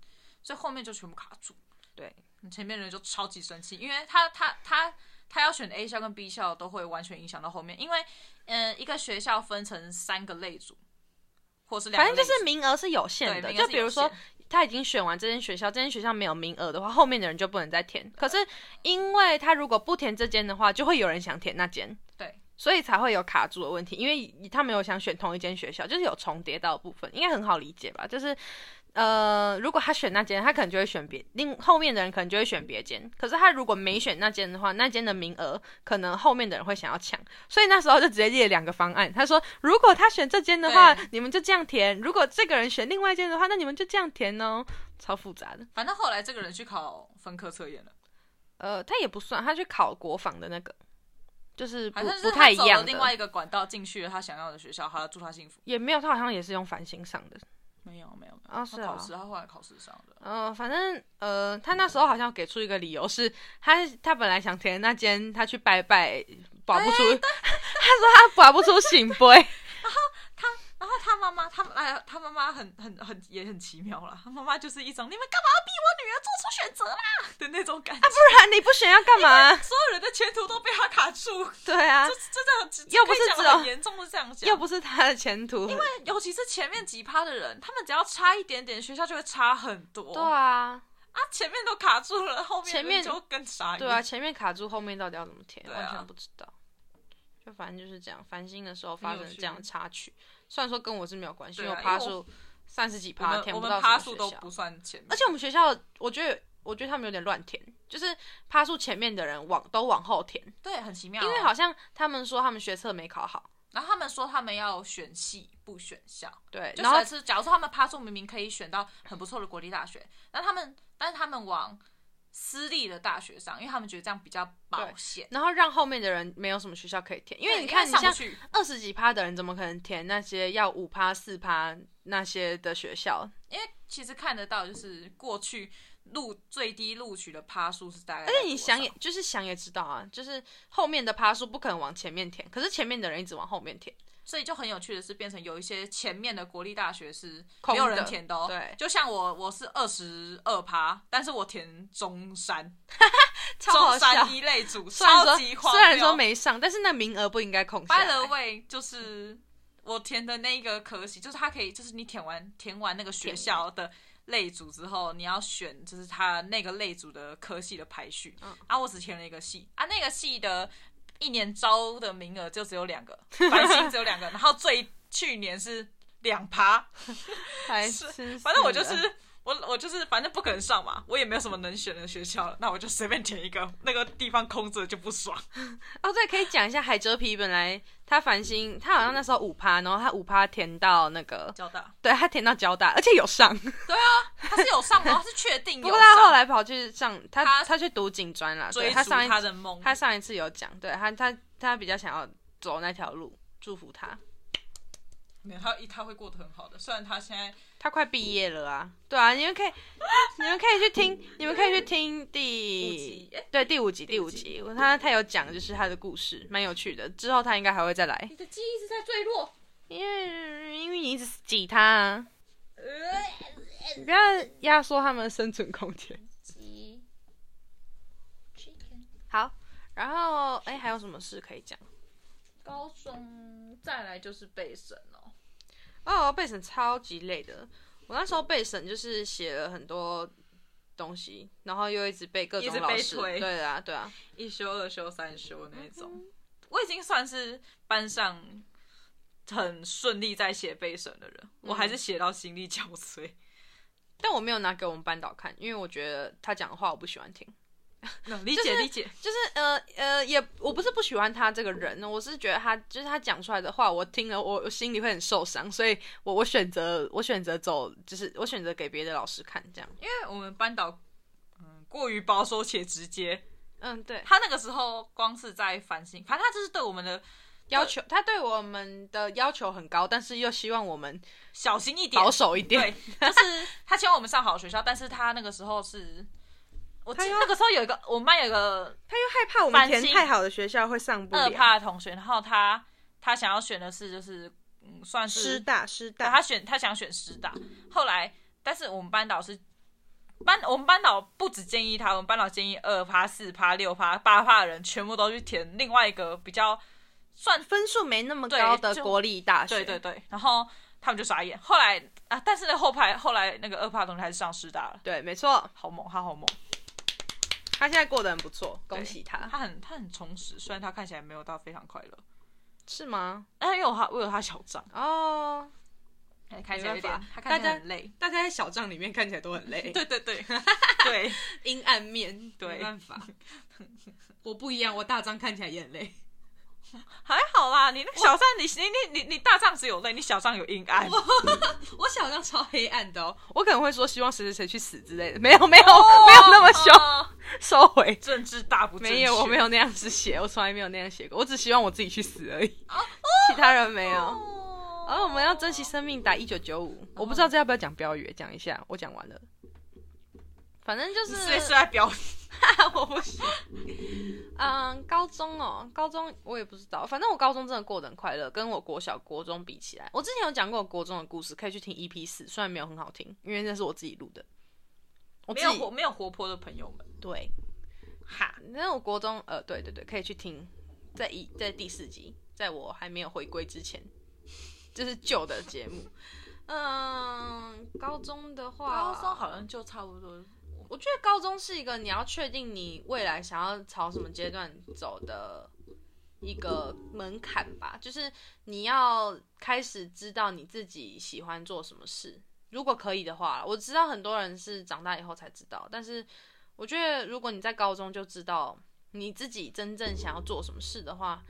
所以后面就全部卡住。
对，
前面的人就超级生气，因为他他他他要选 A 校跟 B 校都会完全影响到后面，因为嗯、呃一个学校分成三个类组，或是两
反
个
正
类
就是
组
名额是有限的，
对名额
就是比如
有
说
限
他已经选完这间学校，这间学校没有名额的话，后面的人就不能再填。可是因为他如果不填这间的话，就会有人想填那间，
对
所以才会有卡住的问题，因为他没有想选同一间学校，就是有重叠到的部分，应该很好理解吧？就是呃，如果他选那间，他可能就会选别另后面的人可能就会选别间。可是他如果没选那间的话，那间的名额可能后面的人会想要抢，所以那时候就直接列两个方案。他说，如果他选这间的话
对，
你们就这样填；如果这个人选另外一间的话，那你们就这样填哦。超复杂的，
反正后来这个人去考分科测验了，
呃，他也不算，他去考国防的那个，就是不
好像是
不
他
太一
走了
样的。
另外一个管道进去了他想要的学校，好，祝他幸福。
也没有，他好像也是用繁星上的。
没有没有没有，
啊是
他
啊
考试他后来考试上的，
呃，反正呃，他那时候好像给出一个理由是，他他本来想填那间，他去拜拜，保不出，
哎
他说他保不出醒杯，
然后他妈妈，他哎呀，他妈妈很很很也很奇妙啦。他妈妈就是一种你们干嘛要逼我女儿做出选择啦的那种感觉，
不然你不选要干嘛？
所有人的前途都被他卡住，
对啊
这，这这样
又不是只有
很严重的这样讲，
又不是他的前途，因为
尤其是前面几趴的人，他们只要差一点点，学校就会差很多。
对啊，
啊，前面都卡住了，后面
前面
就更傻眼。
对啊，，前面卡住，后面到底要怎么填，
对啊
完全不知道。就反正就是这样，繁星的时候发
有
生了这
趣
样的插曲，虽然说跟我是没有关系，
对
因为
啊
我趴
因为
数三十几
我
趴，
们
填
我
不
们
到
趴
什
数
么
都
学校。
不算前面，
而且我们学校，我觉得，我觉得他们有点乱填，就是趴数前面的人往都往后填，
对很奇妙哦、
因为好像他们说他们学测没考好，
然后他们说他们要选系不选校，
对，
就
然后
是是假如说他们趴数明明可以选到很不错的国立大学，那他们但是他们往私立的大学上，因为他们觉得这样比较保险。
然后让后面的人没有什么学校可以填，因为
对
你看你
上不
像
去，
二十几趴的人，怎么可能填那些要五趴四趴那些的学校？
因为其实看得到，就是过去录最低录取的趴数是大概
而
在多少，
且你想也就是想也知道啊，就是后面的趴数不可能往前面填，可是前面的人一直往后面填，
所以就很有趣的是，变成有一些前面的国立大学是
空
没
的
有人填的哦。
对
就像我，我是二十二趴，但是我填中山，
超好
中
笑
山。一类 组，
虽然
超
说
级荒
虽然
谬
说没上，但是那名额不应该空下
By
来
the way，就是我填的那一个科系，就是它可以，就是你填完填完那个学校的类组之后，你要选就是它那个类组的科系的排序。
嗯
啊，我只填了一个系，啊，那个系的一年招的名额就只有两个， 繁星只有两个，然后最去年是两趴，
还
是
是
反正我就
的
是。我我就是反正不可能上嘛，我也没有什么能选的学校了，那我就随便填一个，那个地方空着就 不爽。
哦，对，可以讲一下海蜇皮本来他繁星，他好像那时候五趴，然后他五趴填到那个，
交大，
对他填到交大，而且有上，
他是有上的，他是确定有
不过
上。
他后来跑去上他他
他
去读警专啦，对
追
他
逐
上一
他的梦。
他上一次有讲，对他他他比较想要走那条路，祝福他，
没有，他他会过得很好的，虽然他现在
他快毕业了啊，对啊，你们可 以你们可以去听，你们可以去听
五
第
集诶
对第五集第
第
五
五集
集，我他他有讲就是他的故事，蛮有趣的，之后他应该还会再来，
你的记忆一直在坠落。
因为因为你一直挤他、啊。
呃，
你不要压缩他们的生存空间。
鸡，chicken，
好，然后哎、还有什么事可以讲？
高中再来就是背审哦。
哦，背审超级累的。我那时候背审就是写了很多东西，然后又一直被各
一
种
直
老
被
师，
推
对啊，对啊，
一修、二修、三修那
嗯
种。我已经算是班上很顺利在写背审的人，我还是
嗯
写到心力交瘁。
但我没有拿给我们班导看，因为我觉得他讲的话我不喜欢听。
那嗯理解理解，
就是呃呃，也我不是不喜欢他这个人，我是觉得他就是他讲出来的话，我听了我我心里会很受伤，所以我我选择我选择走，就是我选择给别的老师看这样。
因为我们班导嗯过于保守且直接，
嗯，对。
他那个时候光是在反省，反正他就是对我们的
要求，他对我们的要求很高，但是又希望我们
小心一点
保，守一点。
对，就是他希望我们上好学校，但是他那个时候是，我记
他
得
要
那个时候有一个我们班有一个
他又害怕我
们填太
好的学校会上不
二。趴的同学，然后他他想要选的是就是嗯，算
师
是
大师
对
大，
他选他想选师大，后来但是我们班导师班我们班导不只建议他，我们班导建议二趴、四趴、六趴、八趴的人全部都去填另外一个比较算
分数没那么高的
对就
国立大学，
对对对，然后他们就傻眼。后来啊，但是那后排后来那个二趴的同学还是上师大了，
对，没错，
好猛，他好猛，
他现在过得很不错，
对
恭喜他，
他很他很充实，虽然他看起来没有到非常快乐，
是吗？
但因为我他我有他小账，
哦，
看起来有
没
点
办法
他看起
大
来
家
很累。
大家在小账里面看起来都很 累，
对对 对对，
阴暗面，
对
没办法。 我不一样，我大张看起来也很累，
还好啦，你那个小账，你你你你你大账只有累，你小账有阴暗。
我小张超黑暗的哦。我可能会说希望谁谁谁去死之类的，没有没有、
哦
没有那么凶，
哦
收回。
政治大不正确
没有，我没有那样子写，我从来没有那样写过，我只希望我自己去死而已，其他人没有。
哦
而、我们要珍惜生命，打一九九五。我不知道这要不要讲标语，讲一下，我讲完了。反正就是，
你是是在表
我不行。嗯，高中哦，高中我也不知道，反正我高中真的过得很快乐，跟我国小、国中比起来，我之前有讲过我国中的故事，可以去听 EP 四，虽然没有很好听，因为那是我自己录的。我
没
自
有
己
活没有活泼的朋友们，
对，
哈，
那我国中呃，对对对，可以去听，在一在第四集，在我还没有回归之前，这是旧的节目。嗯，高中的话，
高中好像就差不多。
我觉得高中是一个你要确定你未来想要朝什么阶段走的一个门槛吧，就是你要开始知道你自己喜欢做什么事。如果可以的话，我知道很多人是长大以后才知道，但是我觉得如果你在高中就知道你自己真正想要做什么事的话，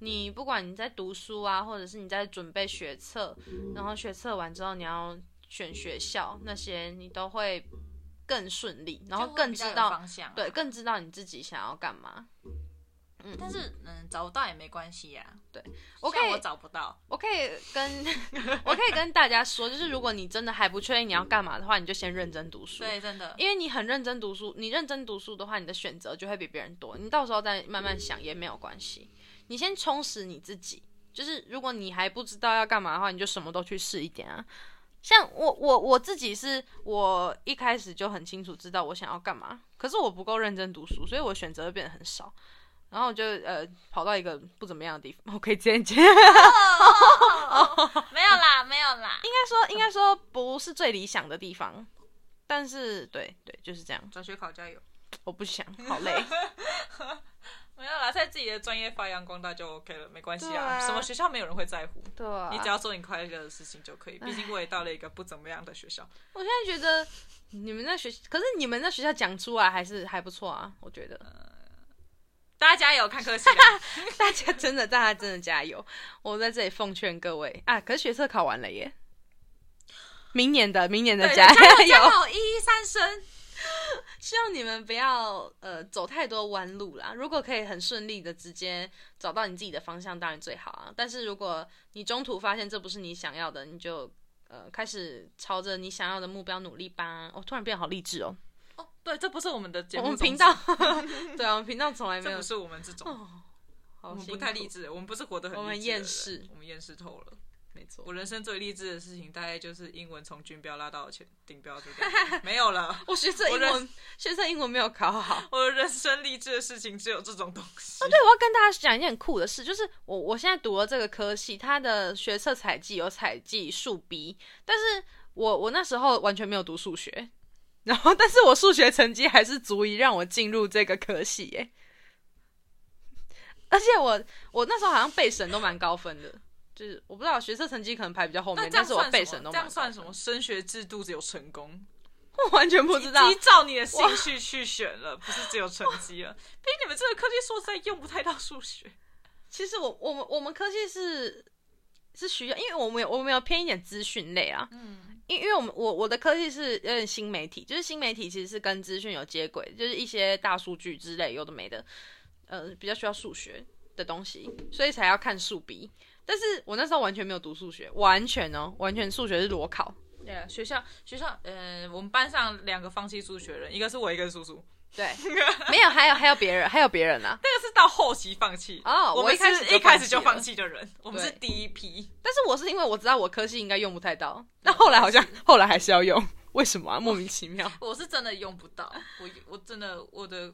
你不管你在读书啊，或者是你在准备学测，然后学测完之后你要选学校那些，你都会更顺利，然后
就会
更
比较
知
有
道
方向啊、
对，更知道你自己想要干嘛。
但是嗯，找不到也没关系呀、
对，
我
我可以
我找不到，
我可以跟我可以跟大家说，就是如果你真的还不确定你要干嘛的话，你就先认真读书。
对，真的，
因为你很认真读书，你认真读书的话，你的选择就会比别人多，你到时候再慢慢想也没有关系。你先充实你自己，就是如果你还不知道要干嘛的话，你就什么都去试一点啊。像我我我自己是我一开始就很清楚知道我想要干嘛，可是我不够认真读书，所以我选择会变得很少。然后我就呃跑到一个不怎么样的地方，我可以直接讲，应
没有啦，没有啦，
该说应该说不是最理想的地方，但是对对就是这样，
转学考加油，
我不想，好累。
没有啦，在自己的专业发扬光大就 OK 了，没关系
对
啊，
啊
什么学校没有人会在乎。
对啊
你只要做你快乐的事情就可以，毕竟我也到了一个不怎么样的学校。
我现在觉得你们那学，可是你们那学校讲出来还是还不错啊，我觉得
大家加油，看科系啦
大家真的大家真的加油！我在这里奉劝各位啊，可是学测考完了耶，明年的明年的
对
加
加
油，
好一一三升。
希望你们不要呃走太多弯路啦。如果可以很顺利的直接找到你自己的方向，当然最好啊。但是如果你中途发现这不是你想要的，你就呃开始朝着你想要的目标努力 吧。我、突然变好励志 哦，
哦，对，这不是我们的节目，
我们频道， 对啊，我们频道从来没
这
有
不是我们这种，
哦，
我
好
们
辛苦
不太励，志，我们不是活得很，
我们厌世，
我们厌世透了。
没错。
我人生最励志的事情，大概就是英文从军标拉到前顶标就这样，没有了。
我学测英
我认
文，学测英文没有考好。
我的人生励志的事情只有这种东西。
哦对，我要跟大家讲一件很酷的事，就是我我现在读了这个科系，它的学测采集有采集数 B，但是我我那时候完全没有读数学， 然后但是我数学成绩还是足以让我进入这个科系耶。 而且我我那时候好像背审都蛮高分的，就是我不知道学测成绩可能排比较后面
那，这
但
样
是我
算
背
什
审
么？
都
这
蛮
样
高
算
分
什么？升学制度只有成功，
我完全不知道
依，照你的兴趣去选了，不是只有成绩了。毕竟你们这个科技说实在用不太到数学。
其实我我们我们科技是是需要，因为我们有我们有偏一点资讯类啊，
嗯，
因因为我们我我的科技是有点新媒体，就是新媒体其实是跟资讯有接轨，就是一些大数据之类有的没的，呃，比较需要数学的东西，所以才要看数 B。但是我那时候完全没有读数学，完全哦，完全数学是裸考，
对啊，学校学校，呃，我们班上两个放弃数学的人，一个是我，一个是叔叔。
对， 没有，还有还有别人，还有别人啊。
那个是到后期放弃的
哦
我
我
们
一开
是
始就
一开始
放弃了
就放弃的人，我们是
对
第一批。
但是我是因为我知道我科系应该用不太到，那后来好像后来还是要用，为什么啊？莫名其妙。
我是真的用不到，我我真的我的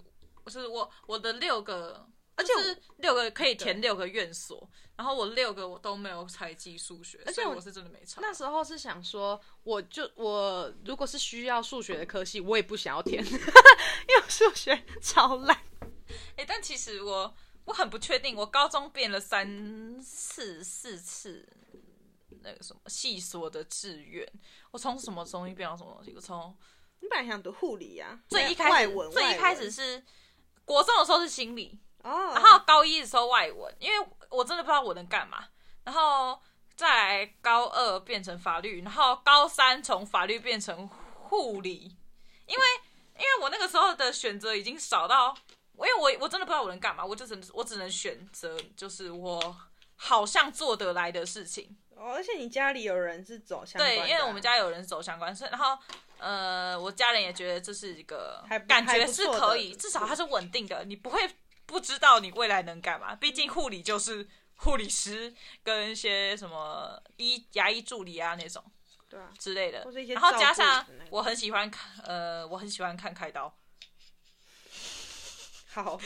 就是我我的六个，
而且我
就是六个可以填六个院所，然后我六个我都没有采集数学，
而且
所以
我
我是真的没差。
那时候是想说，我就我如果是需要数学的科系，我也不想要填， 因为我数学超烂。
哎、但其实我我很不确定，我高中变了三次四次那个什么系所的志愿，我从什么东西变到什么东西，我从
你本来想读护理呀、
最
外
一开始
文
最一开始是国中的时候是心理，
哦，
然后高一的时候外文，因为我真的不知道我能干嘛。然后再来高二变成法律，然后高三从法律变成护理，因为因为我那个时候的选择已经少到，因为我我真的不知道我能干嘛，我就只能我只能选择就是我好像做得来的事情。
哦，而且你家里有人是走相关
对，
的啊
因为我们家有人走相关，所以然后呃，我家人也觉得这是一个
还不
感
还
觉
不
是
错的
可以，至少它是稳定的，你不会不知道你未来能干嘛。毕竟护理就是护理师跟一些什么医牙医助理啊那种
对啊，
之类的
或者一，些
然后
照
加
顾
上
之类的
我很喜欢看呃，我很喜欢看开刀，
好，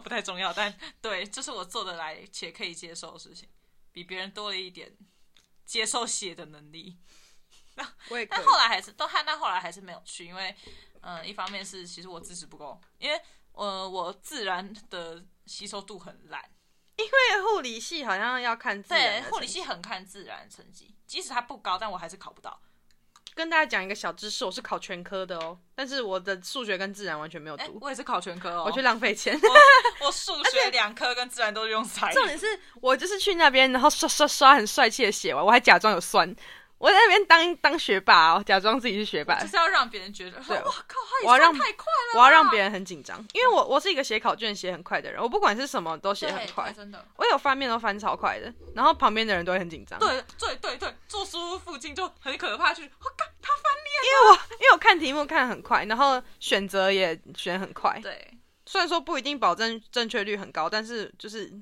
不太重要，但对，这是我做得来且可以接受的事情，比别人多了一点接受血的能力。
我也
但后来还是，都他但后来还是没有去，因为，嗯、一方面是其实我知识不够，因为呃我自然的吸收度很烂，
对护理系好像要看自然
对
的
护理系很看自然成绩，即使它不高，但我还是考不到。
跟大家讲一个小知识，我是考全科的哦，但是我的数学跟自然完全没有
哎、
读，
我也是考全科哦，
我去浪费钱。
我我数学两科跟自然都是用猜的，
重点是我就是去那边，然后刷刷刷很帅气的写完，我还假装有算，我在那边当当学霸哦，假装自己是学霸
就，是要让别人觉得，哇
对
靠，他也
我要让
算太快了吧，
我要让别人很紧张，因为我我是一个写考卷写很快的人，我不管是什么都写
对
很快
对，真的，
我有翻面都翻超快的，然后旁边的人都会很紧张，
对对对对，坐书附近就很可怕，就是我靠他
因为我看题目看很快，然后选择也选很快，
对，
虽然说不一定保证正确率很高，但是就是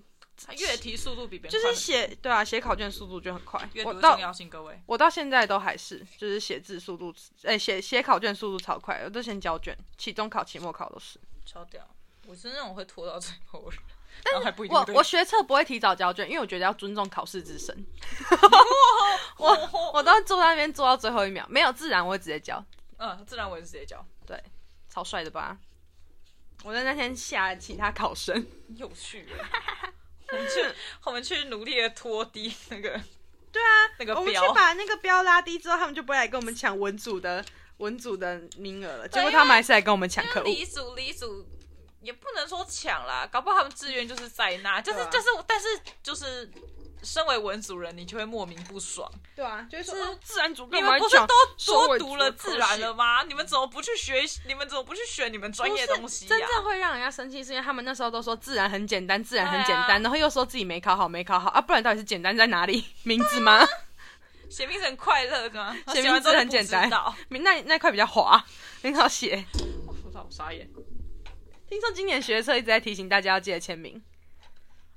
他阅题速度比别人
就
快
是
很
写对啊，写考卷速度就很快
阅，读
我
的
到
重要性，各位。
我到现在都还是，就是写字速度，哎、写写考卷速度超快，我都先交卷，期中考、期末考都是。
超屌！我是那种会拖到最后的人，但后还不一定
我
对
我学测不会提早交卷，因为我觉得要尊重考试之神，
我
我都会坐在那边坐到最后一秒，没有自然我会直接交，
嗯，自然我也是直接交，
超帅的吧？我在那天吓其他考生，
有趣耶。我们去，我们去努力的拖低那个，
对啊，
那个
我们去
标
把那个标拉低之后，他们就
就不来跟我们抢文组的文组的名额了，结
因
果
为
他们还是来跟我们抢，可
那
恶！
李组李组也不能说抢啦，搞不好他们志愿就是在那，就是
对啊
就是，但是就是，身为文组人，你就会莫名不爽。
对啊，就是是
自然组
你
干嘛
们不是
抢
都
收
多
尾
读
组
了
的
自
科
然
系
了吗？你们怎么不去学？你们怎么不去学你们专业东西呀、
真正会让人家生气，是因为他们那时候都说自然很简单，自然很
对啊
简单，然后又说自己没考好，没考好啊，不然到底是简单在哪里？名字吗？
写名字很快乐的吗？
写名
完之后
字
就
很
不
简
知
单
道
名那那块比较滑，很好写。
我操，我傻眼。
听说今年学测一直在提醒大家要记得签名，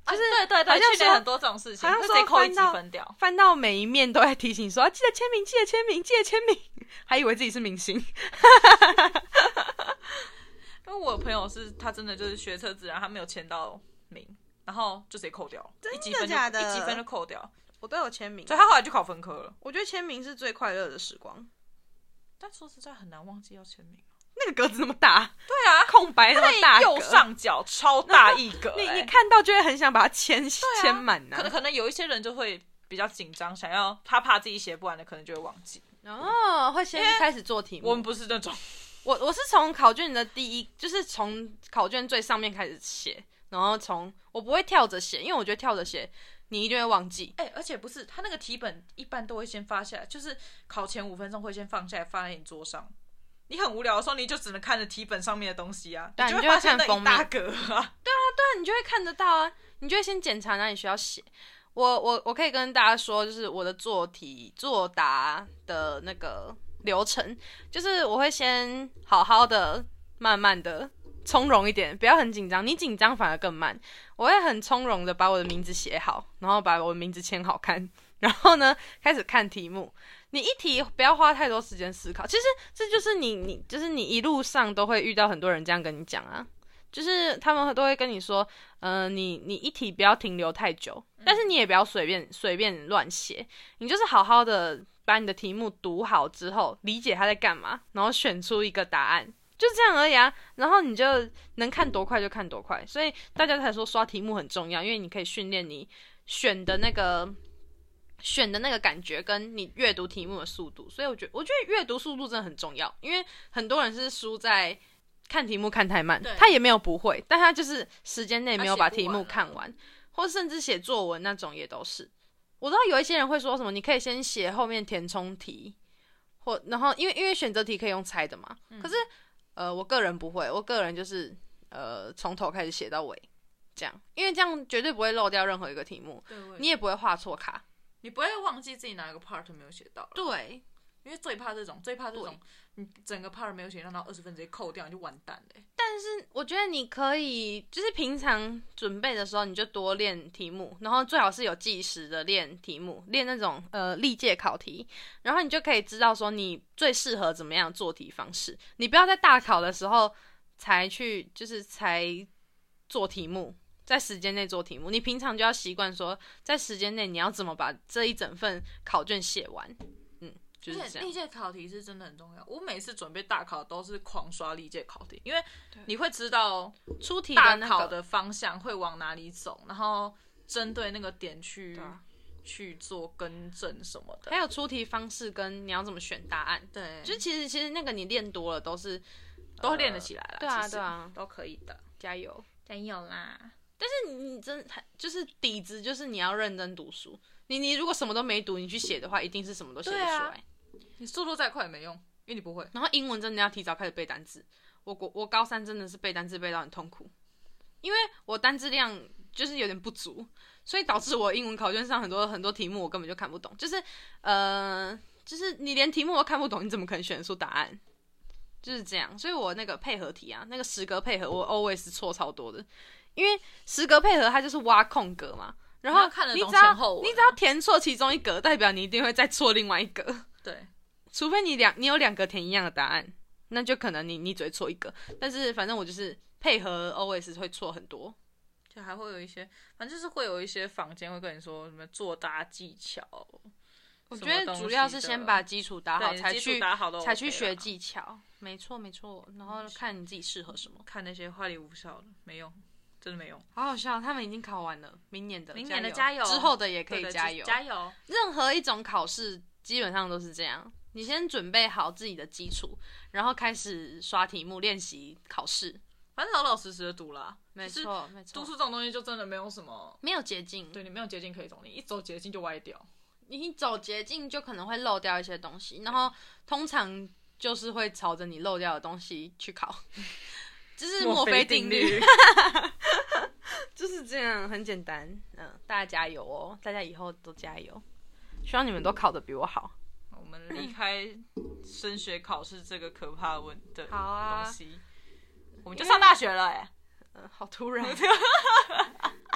就是啊对对
好像
对，去年
说
很多这种事情，
好像
会
说
直接扣一积
翻到
分掉。
翻到每一面都在提醒说、啊、记得签名，记得签名，记得签名，还以为自己是明星。
因为我有朋友是他真的就是学车自然，他没有签到名，然后就直接扣掉，一积分就
假的
一积分就扣掉，
我都有签名
所以他后来就考分科了。
我觉得签名是最快乐的时光。
但说实在很难忘记要签名。
那个格子那么大，
对啊，
空白那
他
么大
在
格，
右上角超大一格、
你你
欸
看到就会很想把它签签满啊呐
可。能可能有一些人就会比较紧张，想要他怕自己写不完的，可能就会忘记。
哦，会先
因为
开始做题目。
我们不是那种，
我我是从考卷的第一，就是从考卷最上面开始写，然后从我不会跳着写，因为我觉得跳着写你一定会忘记。
哎、而且不是他那个题本一般都会先发下来，就是考前五分钟会先放下来放在你桌上。你很无聊的时候，你就只能看着题本上面的东西啊，
对
你
你
会
就会
发现那
看封
一大格啊。
那你就会看得到啊，你就会先检查哪里需要写。我我我可以跟大家说，就是我的做题作答的那个流程，就是我会先好好的慢慢的从容一点，不要很紧张，你紧张反而更慢。我会很从容的把我的名字写好，然后把我的名字签好看，然后呢开始看题目。你一题不要花太多时间思考，其实这就是你你就是你一路上都会遇到很多人这样跟你讲啊，就是他们都会跟你说，嗯、你你一题不要停留太久，但是你也不要随便随便乱写，你就是好好的把你的题目读好之后，理解他在干嘛，然后选出一个答案，就这样而已啊。然后你就能看多快就看多快，所以大家才说刷题目很重要，因为你可以训练你选的那个。选的那个感觉跟你阅读题目的速度，所以我觉得，我觉得阅读速度真的很重要，因为很多人是输在看题目看太慢
对，
他也没有不会，但他就是时间内没有
他
把
写
题
不完
目
啊
看完，或甚至写作文那种也都是。我知道有一些人会说什么，你可以先写后面填充题，或然后因为因为选择题可以用猜的嘛，
嗯
可是呃，我个人不会，我个人就是呃从头开始写到尾，这样，因为这样绝对不会漏掉任何一个题目，
对，我也
你也不会画错卡。
你不会忘记自己哪一个 part 没有写到了，
对，
因为最怕这种，最怕这种，你整个 part 没有写到，然后二十分直接扣掉，你就完蛋了欸。
我觉得你可以就是平常准备的时候，你就多练题目，然后最好是有计时的练题目，练那种呃历届考题，然后你就可以知道说你最适合怎么样的做题方式。你不要在大考的时候才去，就是才做题目，在时间内做题目。你平常就要习惯说，在时间内你要怎么把这一整份考卷写完。嗯，就是
而
这
且
样
历。届考题是真的很重要。我每次准备大考都是狂刷历届考题，因为你会知道
出题
大
的那
考
个嗯
的方向会往哪里走，然后针对那个点去、
对啊
去做更正什么的。
还有出题方式跟你要怎么选答案。
对，
就其实其实那个你练多了都是
都练得起来了。
对啊
其实
对啊
都可以的。
加油，
加油啦！
但是你真就是底子就是你要认真读书。你你如果什么都没读，你去写的话，一定是什么都写不出
对啊
来。
你速度再快也没用，因为你不会。
然后英文真的要提早开始背单字。我国我高三真的是背单字背到很痛苦，因为我单字量就是有点不足，所以导致我英文考卷上很多很多题目我根本就看不懂。就是呃，就是你连题目都看不懂，你怎么可能选得出答案？就是这样，所以我那个配合题啊，那个十格配合，我 always 错超多的，因为十格配合它就是挖空格嘛，然
你
后
要看得
你
懂
只要
前后文啊
你只要填错其中一格，代表你一定会再错另外一格。
对，
除非你两你有两个填一样的答案，那就可能你你只会错一个。但是反正我就是配合 always 会错很多。
就还会有一些，反正就是会有一些房间会跟你说什么作答技巧。
我觉
什么
得
东西
主要是先把基础打好，
对
才
基础
去
打好都 OK
才去学
了
技巧。没错没错，然后看你自己适合什么。
看那些花里胡哨的，没用，真的没用。
好好笑，他们已经考完了，明年的
明年的加油
之后的也可
对
以
的
加
就是
油。
加油！
任何一种考试基本上都是这样，你先准备好自己的基础，然后开始刷题目练习考试。
反正老老实实的读啦。
没
其实
错没
读
错
书，这种东西就真的没有什么，
没有捷径。
对你没有捷径可以走，你一走捷径就歪掉。
你走捷径就可能会漏掉一些东西，然后通常就是会朝着你漏掉的东西去考， 这是墨菲定 律，， 就是这样，很简单。嗯，大家加油哦，大家以后都加油，希望你们都考得比我好。
我们离开升学考试这个可怕的问的
好啊
东西，我们就上大学了哎、
嗯，好突然。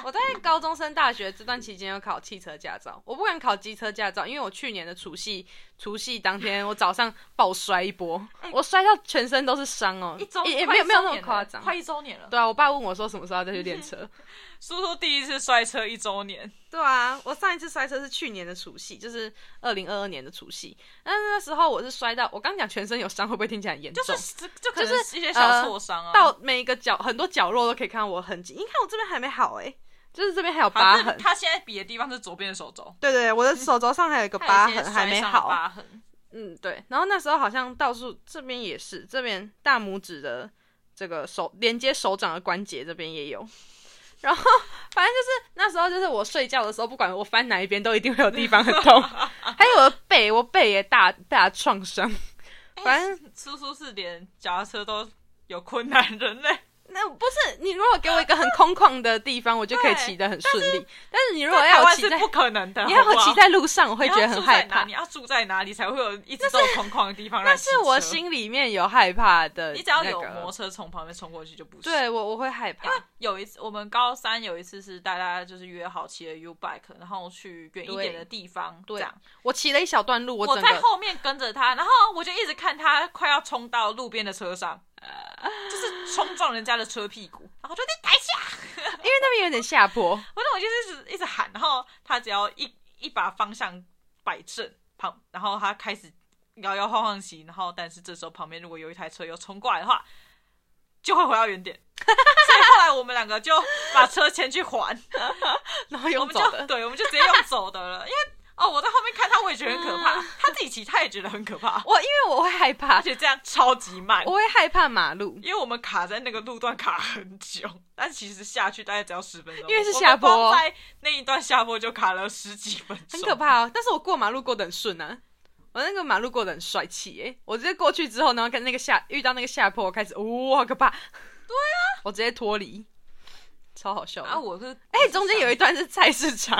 我在高中升大学这段期间有考汽车驾照，我不敢考机车驾照，因为我去年的除夕，除夕当天我早上暴摔一 波，我摔到全身都是伤哦，
一周
也也
快
没有
一
没有
周
那么
年了
夸张，
快一周年了。
对啊，我爸问我说什么时候要再去练车。
叔叔第一次摔车一周年，
对啊，我上一次摔车是去年的除夕，就是二零二二年的除夕。但是那时候我是摔到，我刚讲全身有伤，会不会听起来很严重？
就是就就可能
就是
一些小
呃
挫伤啊，
到每一个角很多角落都可以看到我痕迹。你看我这边还没好哎、就是这边还有疤
反正
痕。
他现在比的地方是左边的手肘，
对对对，我的手肘上还有一个疤
他有一些
痕还没
摔伤的
好。
疤痕
嗯，对。然后那时候好像到处这边也是，这边大拇指的这个手连接手掌的关节这边也有。然后反正就是那时候就是我睡觉的时候，不管我翻哪一边，都一定会有地方很 痛。还有我的背，我背也大大创
哎
伤。反正
叔叔是连脚踏车都有困难人类，
那不是你如果给我一个很空旷的地方，我就可以骑得很顺利。但是你如果
在台
要我
湾
骑
是
在，
不可能的，
你要
好
我
不好
骑在路上，我会
你
觉得
要
很
住在
害
哪
怕
你。要住在哪里啊才会有一直都有空旷的地方让
那
你骑
是我
车，
心里面有害怕的、那个
你只要有摩托车从旁边冲过去就不行。啊
对我我会害怕
因为。有一次，我们高三有一次是大家就是约好骑了 U bike，然后去远一点的地方，
对
这样。
我骑了一小段路，我
我
整
在
个
后面跟着他，然后我就一直看他快要冲到路边的车上，呃就是冲撞人家的车屁股，然后就你改一下，
因为那边有点下坡，
我那我就是一直一直喊，然后他只要一一把方向摆正旁，然后他开始摇摇晃晃骑，然后但是这时候旁边如果有一台车又冲过来的话，就会回到原 点。所以后来我们两个就把车牵去还，
然后
我
用
们
走
就
的。
对，我们就直接用走的了，因为哦我在后面看他我也觉得很可怕，他自己骑他也觉得很可怕，
我因为我会害怕
而，且这样超级慢
我。会害怕马路，
因为我们卡在那个路段卡很久，但其实下去大概只要十分钟，
因为是下坡
我们光在那一段下坡就卡了十几分钟，
很可。怕哦。但是我过马路过得很顺啊，我那个马路过得很帅气诶、我直接过去之后，然后看那个下遇到那个下坡，我开始哇、哦好可怕。对啊，我直接脱离，超好笑的。
啊，我是
哎、中间有一段是菜市场，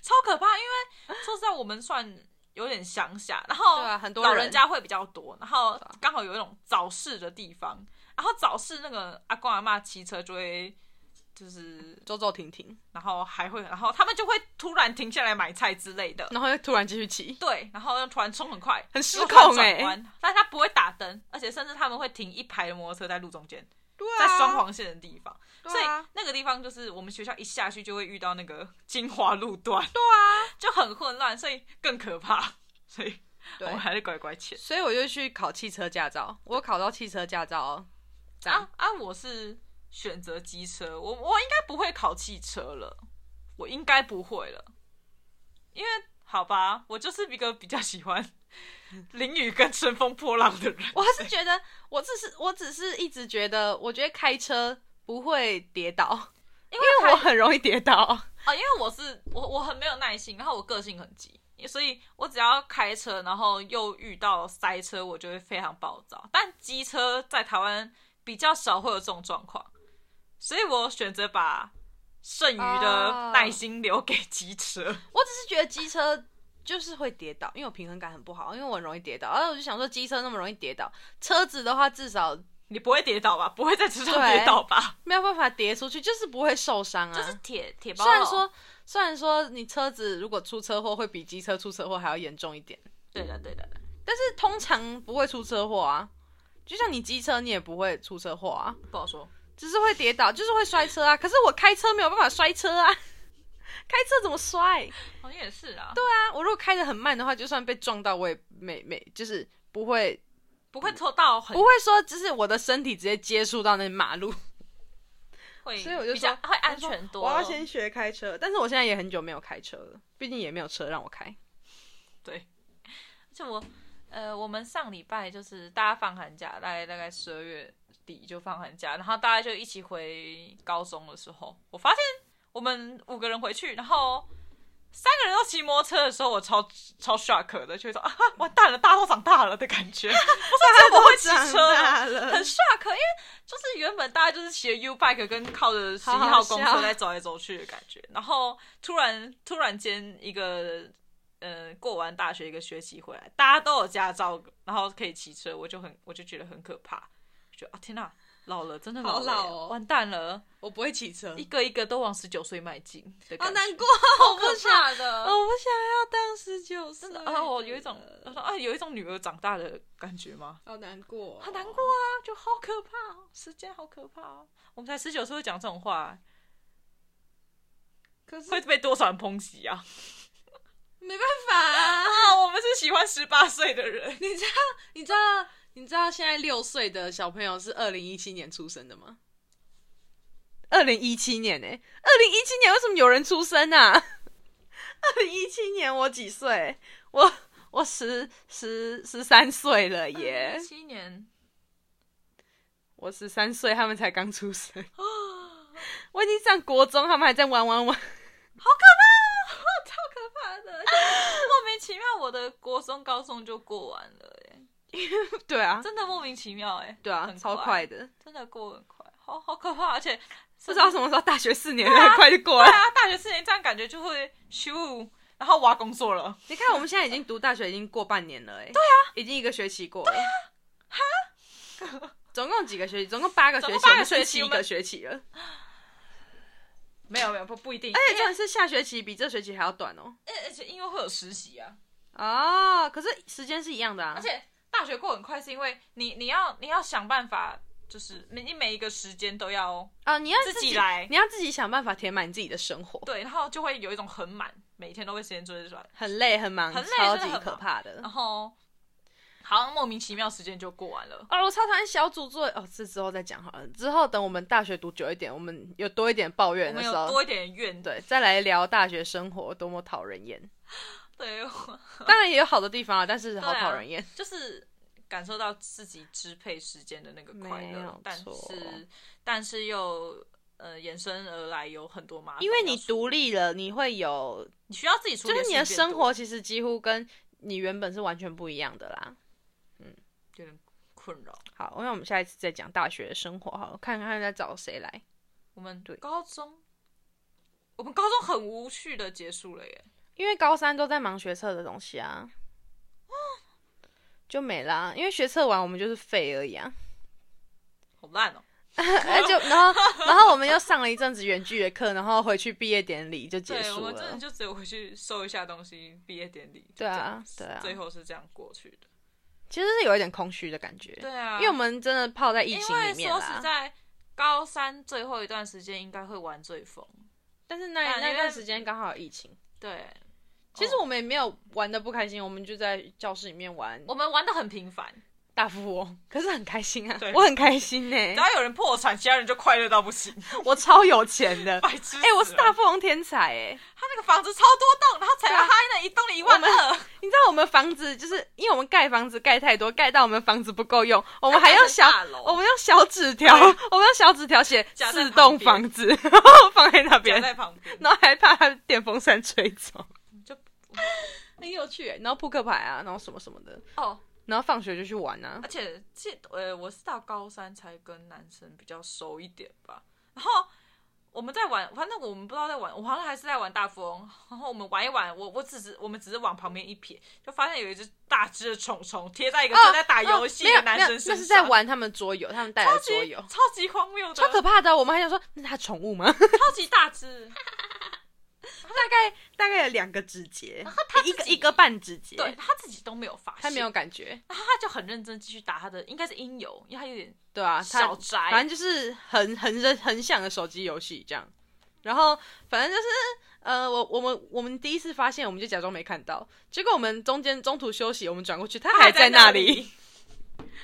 超可怕，因为说实在，我们算有点乡下，然后
对啊很多
老
人
人家会比较多，然后
对啊
刚好有一种早市的地方，然后早市那个阿公阿妈骑车就会就是，
走走停停，
然后还会，然后他们就会突然停下来买菜之类的，
然后又突然继续骑，
对，然后又突然冲很快，
很失
又
控
转
哎、
弯但他不会打灯，而且甚至他们会停一排的摩托车在路中间，
对
在
啊，
双黄线的地方，
对
所以
啊
那个地方就是我们学校一下去就会遇到那个金华路 段，
对啊，
就很混乱，所以更可怕， 所以我
对
们，还是乖乖签
所以我就去考汽车驾照，我考到汽车驾照哦。这样
啊啊！我是选择机车，我我应该不会考汽车了，我应该不会了，因为好吧，我就是一个比较喜欢 淋雨跟乘风破浪的人。
我还是觉得，我只是我只是一直觉得，我觉得开车不会跌倒，
因
因
开
为我很容易跌倒。
啊，因为我是我我很没有耐心，然后我个性很急，所以我只要开车，然后又遇到塞车，我就会非常暴躁。但机车在台湾比较少会有这种状况，所以我选择把剩余的
哦
耐心留给机车。
我只是觉得机车就是会跌倒，因为我平衡感很不好，因为我很容易跌倒。然后我就想说，机车那么容易跌倒，车子的话至少
你不会跌倒吧？不会在车上跌倒吧？嗯
没有办法跌出去，就是哦不会受伤啊。
就是铁铁包。
虽然说，虽然说你车子如果出车祸会比机车出车祸还要严重一点，
对的对的，
但是通常不会出车祸啊。就像你机车，你也不会出车祸啊，
不好说。
只是会跌倒，就是会摔车啊。可是我开车没有办法摔车啊， 开车怎么摔？
好像也是啊，对啊，
啊，我如果开得很慢的话，就算被撞到，我也没没就是不会
不会拖到很
不会说，就是我的身体直接接触到那马路。
会，
所以我就
比较
说
会安全多
我
了。
要先学开车，但
但是我现在也很久没有开车了，毕竟也没有车让我 开。
对，而且我，呃，我们上礼拜就是大家放寒假，大概大概十二月底就放寒假，然后大家就一起回高中的时候，我发现我们五个人回去，然后三个人都骑摩托车的时候，我超超 shock 的，就会说啊，完蛋了，大家都长大了的感觉，
是
我会骑
长
车
大了，
很 shock，因为就是原本大家就是骑着 U bike 跟靠着十一
好好
号公车
笑
在走来走去的感觉，然后突然突然间一个呃过完大学一个学期回来，大家都有驾照，然后可以骑车，我就很我就觉得很可怕，就啊天哪，老了真的老了嗯耶，
好老哦
完蛋了，
我不会骑车
一个一个都往十九岁迈进的感觉，
过，
好可怕的，
我不想要当十九岁
真的，啊我有一种我说啊有一种女儿长大的感觉吗？
好难过哦
好难过啊，就好可怕、哦，时间好可怕、哦。我们才十九岁会讲这种话，
可是
会被多少人抨击啊？
没办法啊。
啊，我们是喜欢十八岁的 人，
你知道，你知道，你知道现在六岁的小朋友是二零一七年出生的吗？二零一七年呢、欸二零一七年为什么有人出生啊？ 二零一七年我几岁？我我十十十三岁了耶！
七年
我十三岁，他们才刚出 生。我已经上国中，他们还在玩玩玩。
超可怕的， 而且莫名其妙，我的国中、高中就过完了耶，
对啊，
真的莫名其妙哎，
对啊，
很
超快的。
真的过很快。好好可怕，而且
不知道什么时候大学四年 很快就过
对
了。
啊，大学四年这样感觉就会咻，然后挖工作了，
你看我们现在已经读大学已经过半年了、哎，对啊，已经一个学期过了，对啊，哈，总共几个学期？总共八个学
总
期，
共八
我
个
们
学
剩
期
七个学期了。
没有没有不不一定，
而且真的是下学期比这学期还要短哦。
而而且因为会有实习啊，
哦，可是时间是一样的啊
而。且大学过很快，是因为你你要你要想办法，就是你你每一个时间都要
啊，你要
自己
己
来
你要自己想办法填满自己的生活，
对，然后就会有一种很满，每天都会时间追出来，
很累很忙，
很累
超
真的
级
很
可
忙哦
怕的
然。后好像莫名其妙时间就过完了。
哦，我超讨厌小组作业哦，这之后再讲好了。之后等我们大学读久一点，我们有多一点抱
我
怨的
们
时
有
候，
多一点怨
对，再来聊大学生活多么讨人厌。
对， 我
当然也有好的地方啊，但是好
对啊
讨人厌。
就是感受到自己支配时间的那个快
没有
乐，但
错
是但是又呃衍生而来有很多麻烦要处
因
理，
为你独立了，你会有，
你需要自己处
就
理，
是你的生活其实几乎跟你原本是完全不一样的啦。
有点困扰。
好，因为我们下一次再讲大学生活，好了，看看再找谁来。
我们
对
高中，我们高中很无趣的结束了耶。
因为高三都在忙学测的东西啊，就没啦。因为学测完我们就是废而已 啊，
好烂哦！
哎就然后然后我们又上了一阵子远距的课，然后回去毕业典礼就结
对，我
束
们真的
了。
就只有回去收一下东西，毕业典礼。就
对啊
这样子
对啊
最后是这样过去的。
其实是有一点空虚的感觉，
对啊，
因为我们真的泡在疫
因
情
为
里面
说实
啦。
在，高三最后一段时间应该会玩最疯。
但是那
啊
那
因
段
为哦
时间刚好有疫情，
对，哦
其实我们也没有玩的不开心，我们就在教室里面玩
我们玩的很频繁，
大富翁，可是很开心啊
对，
我很开心呢、欸
只要有人破产，其他人就快乐到不行。
我超有钱 的。
白痴！
哎、我是大富翁天才哎、
他那个房子超多栋，然后才
对啊
他那一栋里一万二，
你知道我们房子就是因为我们盖房子盖太多，盖到我们房子不够用，我们还用小
盖成大楼
我们用小纸条，
对
我们用小纸条写
夹在
四栋
旁边
房子，然后 放在那
夹
边，
在旁边，
然后还怕它电风扇吹走，
就
很有趣、欸。然后扑克牌啊，然后什么什么的，
哦。
然后放学就去玩啊
而。且这呃，我是到高三才跟男生比较熟一点吧。然后我们在玩，反正我们不知道在玩，我好像还是在玩大富翁。然后我们玩一玩，我我只是我们只是往旁边一瞥，就发现有一只大只的虫虫贴在一个正在打游戏
哦没有
的男生身上，
没有那是在玩他们桌游，他们带来
超
的桌
级
游，
超级荒谬的，
超可怕的哦、我们还想说，那是他宠物吗？
超级大只，
大概大概有两个指节，一个
自己
一个半指节，
对，他自己都没有发现，
他没有，感觉。
然后他就很认真继续打他的，应该是音游，因为他有点
对啊，他
小宅，
反正就是很很很很像的手机游戏这样。然后反正就是呃，我我们我们第一次发现，我们就假装没看到。结果我们中间中途休息，我们转过去，他还在那里。，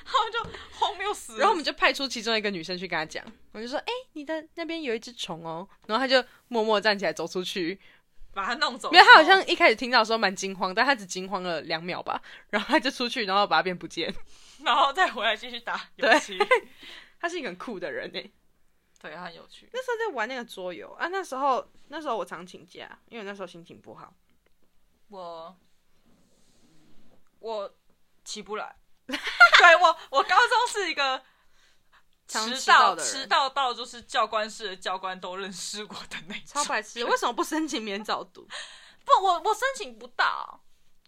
他们就荒谬死了。
然后我们就派出其中一个女生去跟他讲，我们就说：“哎、你的那边有一只虫哦。”然后他就默默站起来走出去。
把他弄走，
没有，他好像一开始听到的时候蛮惊慌，但他只惊慌了两秒吧，然后他就出去，然后把它变不见。
然后再回来继续打游
对
戏，
他是一个很酷的人哎、
对，他很有趣。
那时候在玩那个桌游啊，那时候那时候我常请假，因为那时候心情不好。
我我起 不来，对我我高中是一个
常
迟
迟到
到
的人
迟到到就是教官室的教官都认识我的那
超
种。
白 痴，为什么不申请免早读？
不，我我申请不到，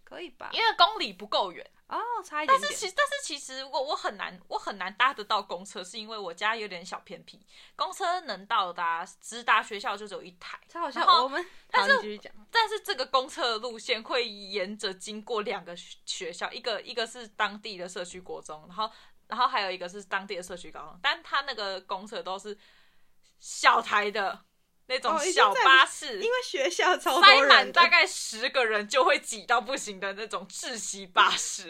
可以吧
因为公里不够远。
哦，差一
但
点
是
点。
其但是其实我我很难我很难搭得到公车，是因为我家有点小偏僻，公车能到达直达学校就只有一台。
超好笑，
然后
我们
但
好
是
你继续讲，
但是这个公车的路线会沿着经过两个学学校，一个一个是当地的社区国中，然后然后还有一个是当地的社区高中，但它那个公车都是小台的那种
哦已经
小
在
巴士，
嗯
因为学校超多
塞
人
满
的，
大概十个人就会挤到不行的那种窒息巴士。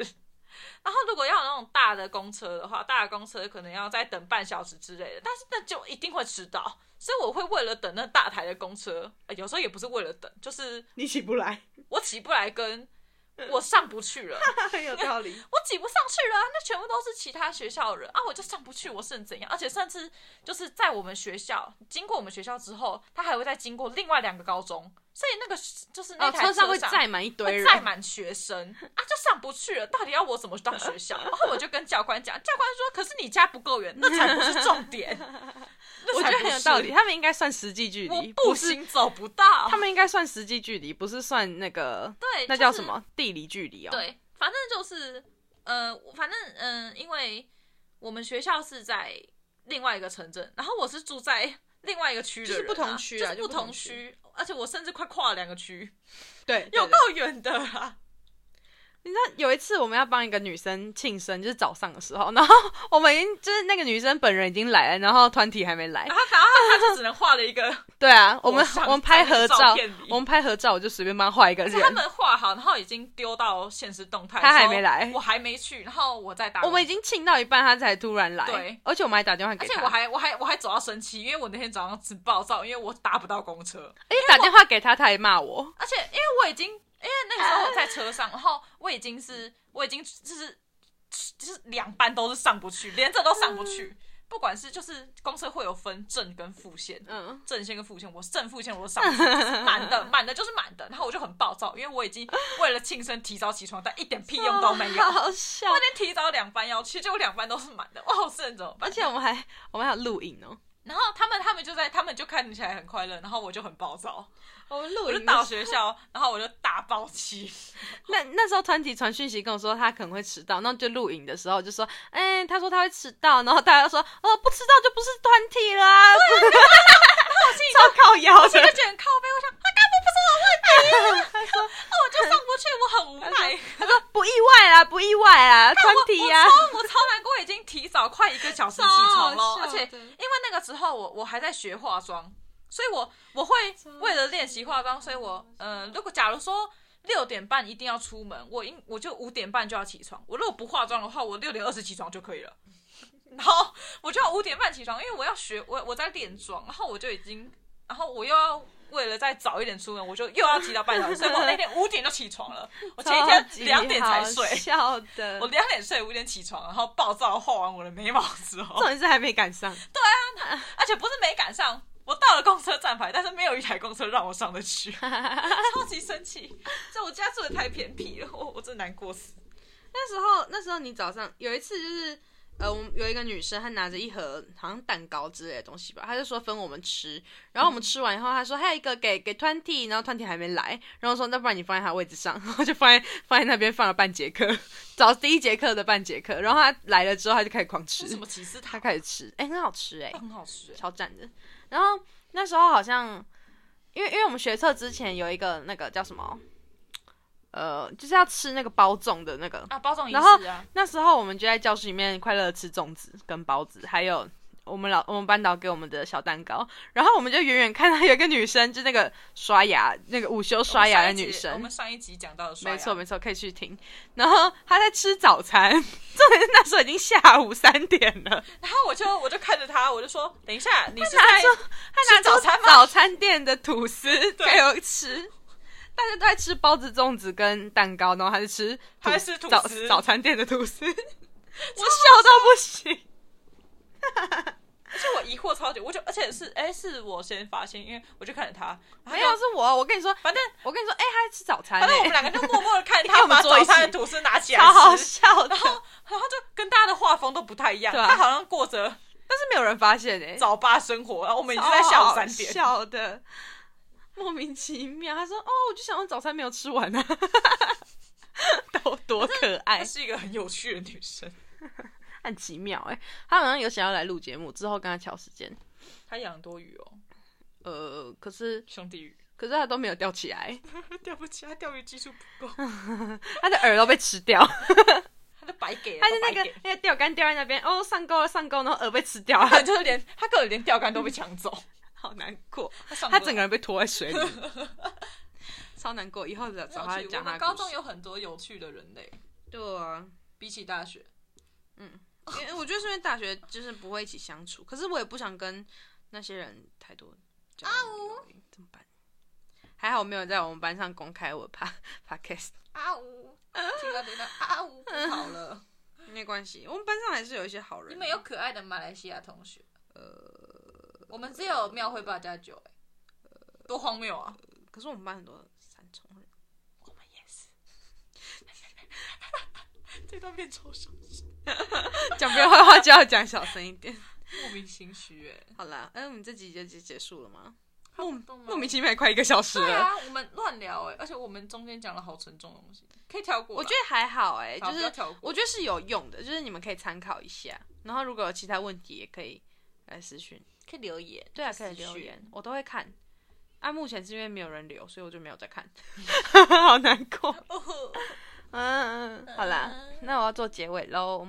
然后如果要有那种大的公车的话，大的公车可能要再等半小时之类的，但是那就一定会迟到。所以我会为了等那大台的公车，呃有时候也不是为了等，就是
你起不 来，
我起不来跟
嗯
我上不去了。
很有道理。
我挤不上去了啊、那全部都是其他学校的人啊，我就上不去，我是怎样？而且甚至就是在我们学校经过我们学校之后，他还会再经过另外两个高中，所以那个就是那
哦，
台
车上会
会
载满一堆
会
人，哦
载满学生啊，就上不去了。到底要我怎么到学校？然后我就跟教官讲，教官说：“可是你家不够远，那才不是重 点。那
我
才
觉
不
得很
是”
有道理，他们应该算实际距
我
离，
步
不是
行走不到。
他们应该算实际距离，不是算那个
对，
那
就
叫
是
什么地理距离哦。，
对，反正就是，呃，我反正嗯、呃因为我们学校是在另外一个城镇，然后我是住在另外一个区的
就是
人、
不同区啊
就是
就
不
不同
同区，而且我甚至快跨了两个区，
对，
有
对
够远的啊 啦。
你知道有一次我们要帮一个女生庆生，就是早上的时候，然后我们已经就是那个女生本人已经来了，然后团体还没来
然。后，然后他就只能画了 一个
对啊，我们
上
我们拍
在那
合
个照
照
片里，
我们拍合照，我就随便帮她画一个
就是他
人。
们画好，然后已经丢到现实动态。
他还
说
没来
我还没去，然后我在打。
我们已，经庆到一半，她才突然来。
对
而且我们还打电话
而
给她，
且我还我还我还走到生气，因为我那天早上只暴躁，因为我搭不到公车，
而且哎打电话给她，她还骂我。
而且因为我已经，因为那个时候我在车上，然后我已经是我已经就是就是两班都是上不去，连这都上不去。
嗯
不管是就是公车会有分正跟副线，
嗯，
正线跟副线，我正副线我都上不 去，就是满的满的就是满的，然后我就很暴躁，因为我已经为了庆生提早起床，但一点屁用都没有。
好 笑。
那天提早两班要去，结果两班都是满的，哇，好瘆怎么办
而？且我们还我们还有录影哦，
然后他们他们就在，他们就看起来很快乐，然后我就很暴躁，
我们录
我就到学校，然后我就大暴气，
那那时候团体传讯息跟我说他可能会迟到，那就录影的时候就说，哎、他说他会迟到，然后大家就说，哦，不迟到就不是团体了、啊， 超靠腰
我就
的。
觉得很靠背，我想他根本不是我的 问题，啊哦那我就上不去，我很无奈。
他说不意外啦，不意外 啦，团体呀、
我超我超难过，已经提早快一个小时起床
超
了，
好笑
而且
的
因为那个时候我我还在学化妆，所以我我会为了练习化妆，所以我呃，如果假如说六点半一定要出门，我应我就五点半就要起床。我如果不化妆的话，我六点二十起床就可 以了。然后我就要五点半起床，因为我要学我我在练妆，然后我就已经，然后我又要为了再早一点出门，我就又要提到半小时，所以我那天五点就起床了，我前一天
超级
两点才睡
好，笑的
我。两点睡，五点起床，然后暴躁地画完我的眉毛之后
重，点是还没赶上，
而且不是没赶上，我到了公车站牌，但是没有一台公车让我上得 去，超级生气。这我家住的太偏僻了，我我真的难过死。
那时候那时候你早上有一次就是，呃，我们有一个女生，她拿着一盒好像蛋糕之类的东西吧，她就说分我们吃，然后我们吃完以后，她说还有一个给给 Twenty，然后 Twenty 还没来，然后说那不然你放在她位置上， 然后就放在放在那边放了半节课，早第一节课的半节课，然后她来了之后，她就开始狂吃
这，什么歧视
她
他？
开始吃，哎、很好吃哎、
很好吃欸，
超赞的。然后那时候好像，因为因为我们学测之前有一个那个叫什么，呃，就是要吃那个包粽的那个
啊，包粽仪
然后
式啊，
那时候我们就在教室里面快乐地吃粽子跟包子，还有我们老我们班导给我们的小蛋糕。然后我们就远远看到有一个女生，就那个刷牙那个午休刷牙的女
哦我
生，
们上一集讲到的刷牙，
没错没错，可以去听。然后她在吃早餐， 重点是那时候已经下午三点了，
然后我就我就看着他，我就说，等一下，你是
拿
在
出她拿
吃早
出
餐吗
早餐店的吐司给我吃。大家都在吃包子、粽子跟蛋糕，然后还是吃吐
她在吃吐
早
司
早餐店的吐司，我笑到不行。
而且我疑惑超久，我就而且是哎，是我先发现，因为我就看着他，然后
没有是我，我跟你说，
反正
我跟你说，哎、他在吃早餐、欸，
反正我们 两个就默默的看
跟
他
我们
把
坐
早
一起
餐的吐司拿起来
超好
吃，
笑的，
然后然后就跟大家的画风都不太一样，
对啊
他好像过着
但是没有人发现哎、欸，
早八生活，然后我们已经在下午三点，
笑的， 莫名其妙。他说，哦，我就想我早餐没有吃完啊， 多多可爱
她，是一个很有趣的女生。
很奇妙哎、欸。他好像有想要来录节目，之后跟他敲时间，
她养多鱼哦，
呃，可是
兄弟鱼，
可是他都没有钓起来，
对不起，她钓鱼技术不 够，
他的饵都被吃掉，
她就白给了，
他就那
白
个
给
那个钓竿钓在那边，哦，上钩了上钩，然后饵被吃掉
她可
了，
能就是连她根本连钓竿都被抢 走，
好难过。
她上
他
钩
整个人被拖在水里， 超难过。以后找找他
很有趣
讲
我
他的
们高
故
中
事
有很多有趣的人类，
对啊，
比起大学，
因 为我觉得是因为大学就是不会一起相处，可是我也不想跟那些人太多交
啊
流，怎么办？还好没有在我们班上公开我怕 podcast，
啊呜，听到听到啊呜，不好 了。
没关系，我们班上还是有一些好人。
你们有可爱的马来西亚同学？欸呃呃，我们只有庙会八加九，哎，多荒谬啊！
可是我们班很多三重人，
我们也是。这段变抽象，
讲别人坏话就要讲小声一点。
莫名心虚哎。
好啦，哎、我们这集就结结束了吗？
莫莫
莫名其妙也快一个小时
对
了。
啊，我们乱聊哎，而且我们中间讲了好沉重的东西，可以跳过啦。
我觉得还好哎、
好
就
不要
是
跳过
我觉得是有用的，就是你们可以参考一下。然后如果有其他问题，也可以来私讯。
可以留言，
对啊，
私
可以留
讯
言，我都会看。啊，目前是因为没有人留，所以我就没有在 看， 好难过。
哦
嗯，好啦，那我要做结尾喽。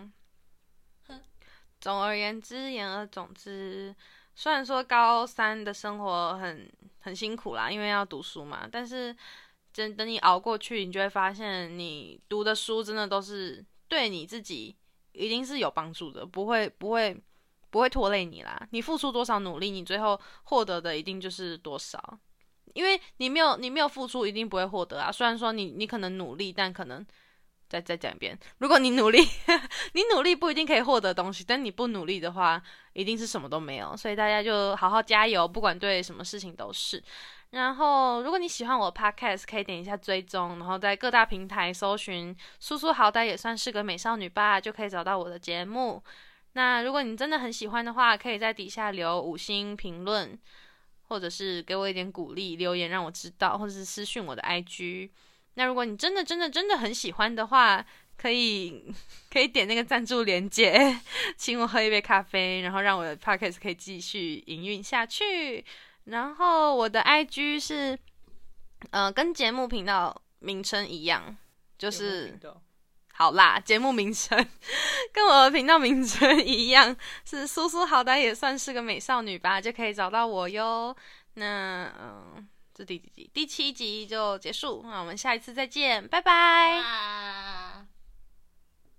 总而言之，言而总之，虽然说高三的生活很很辛苦啦，因为要读书嘛，但是真等你熬过去，你就会发现，你读的书真的都是对你自己一定是有帮助的，不会不会不会拖累你啦。你付出多少努力，你最后获得的一定就是多少，因为你没有你没有付出，一定不会获得啊。虽然说你你可能努力，但可能再再讲一遍，如果你努力， 你努力不一定可以获得东西，但你不努力的话，一定是什么都没有。所以大家就好好加油，不管对什么事情都是。然后，如果你喜欢我的 podcast，可以点一下追踪，然后在各大平台搜寻“苏苏好歹也算是个美少女吧”，就可以找到我的节目。那如果你真的很喜欢的话，可以在底下留五星评论，或者是给我一点鼓励，留言让我知道，或者是私讯我的 IG。那如果你真的真的真的很喜欢的话，可以可以点那个赞助连接，请我喝一杯咖啡，然后让我的 podcast 可以继续营运下去。然后我的 IG 是，呃，跟节目频道名称一样，就
就是
好啦，节目名称跟我的频道名称一样，是苏苏，好歹也算是个美少女吧，就可以找到我哟。那嗯，这第几集？第七集就结束，那我们下一次再见，拜拜
拜。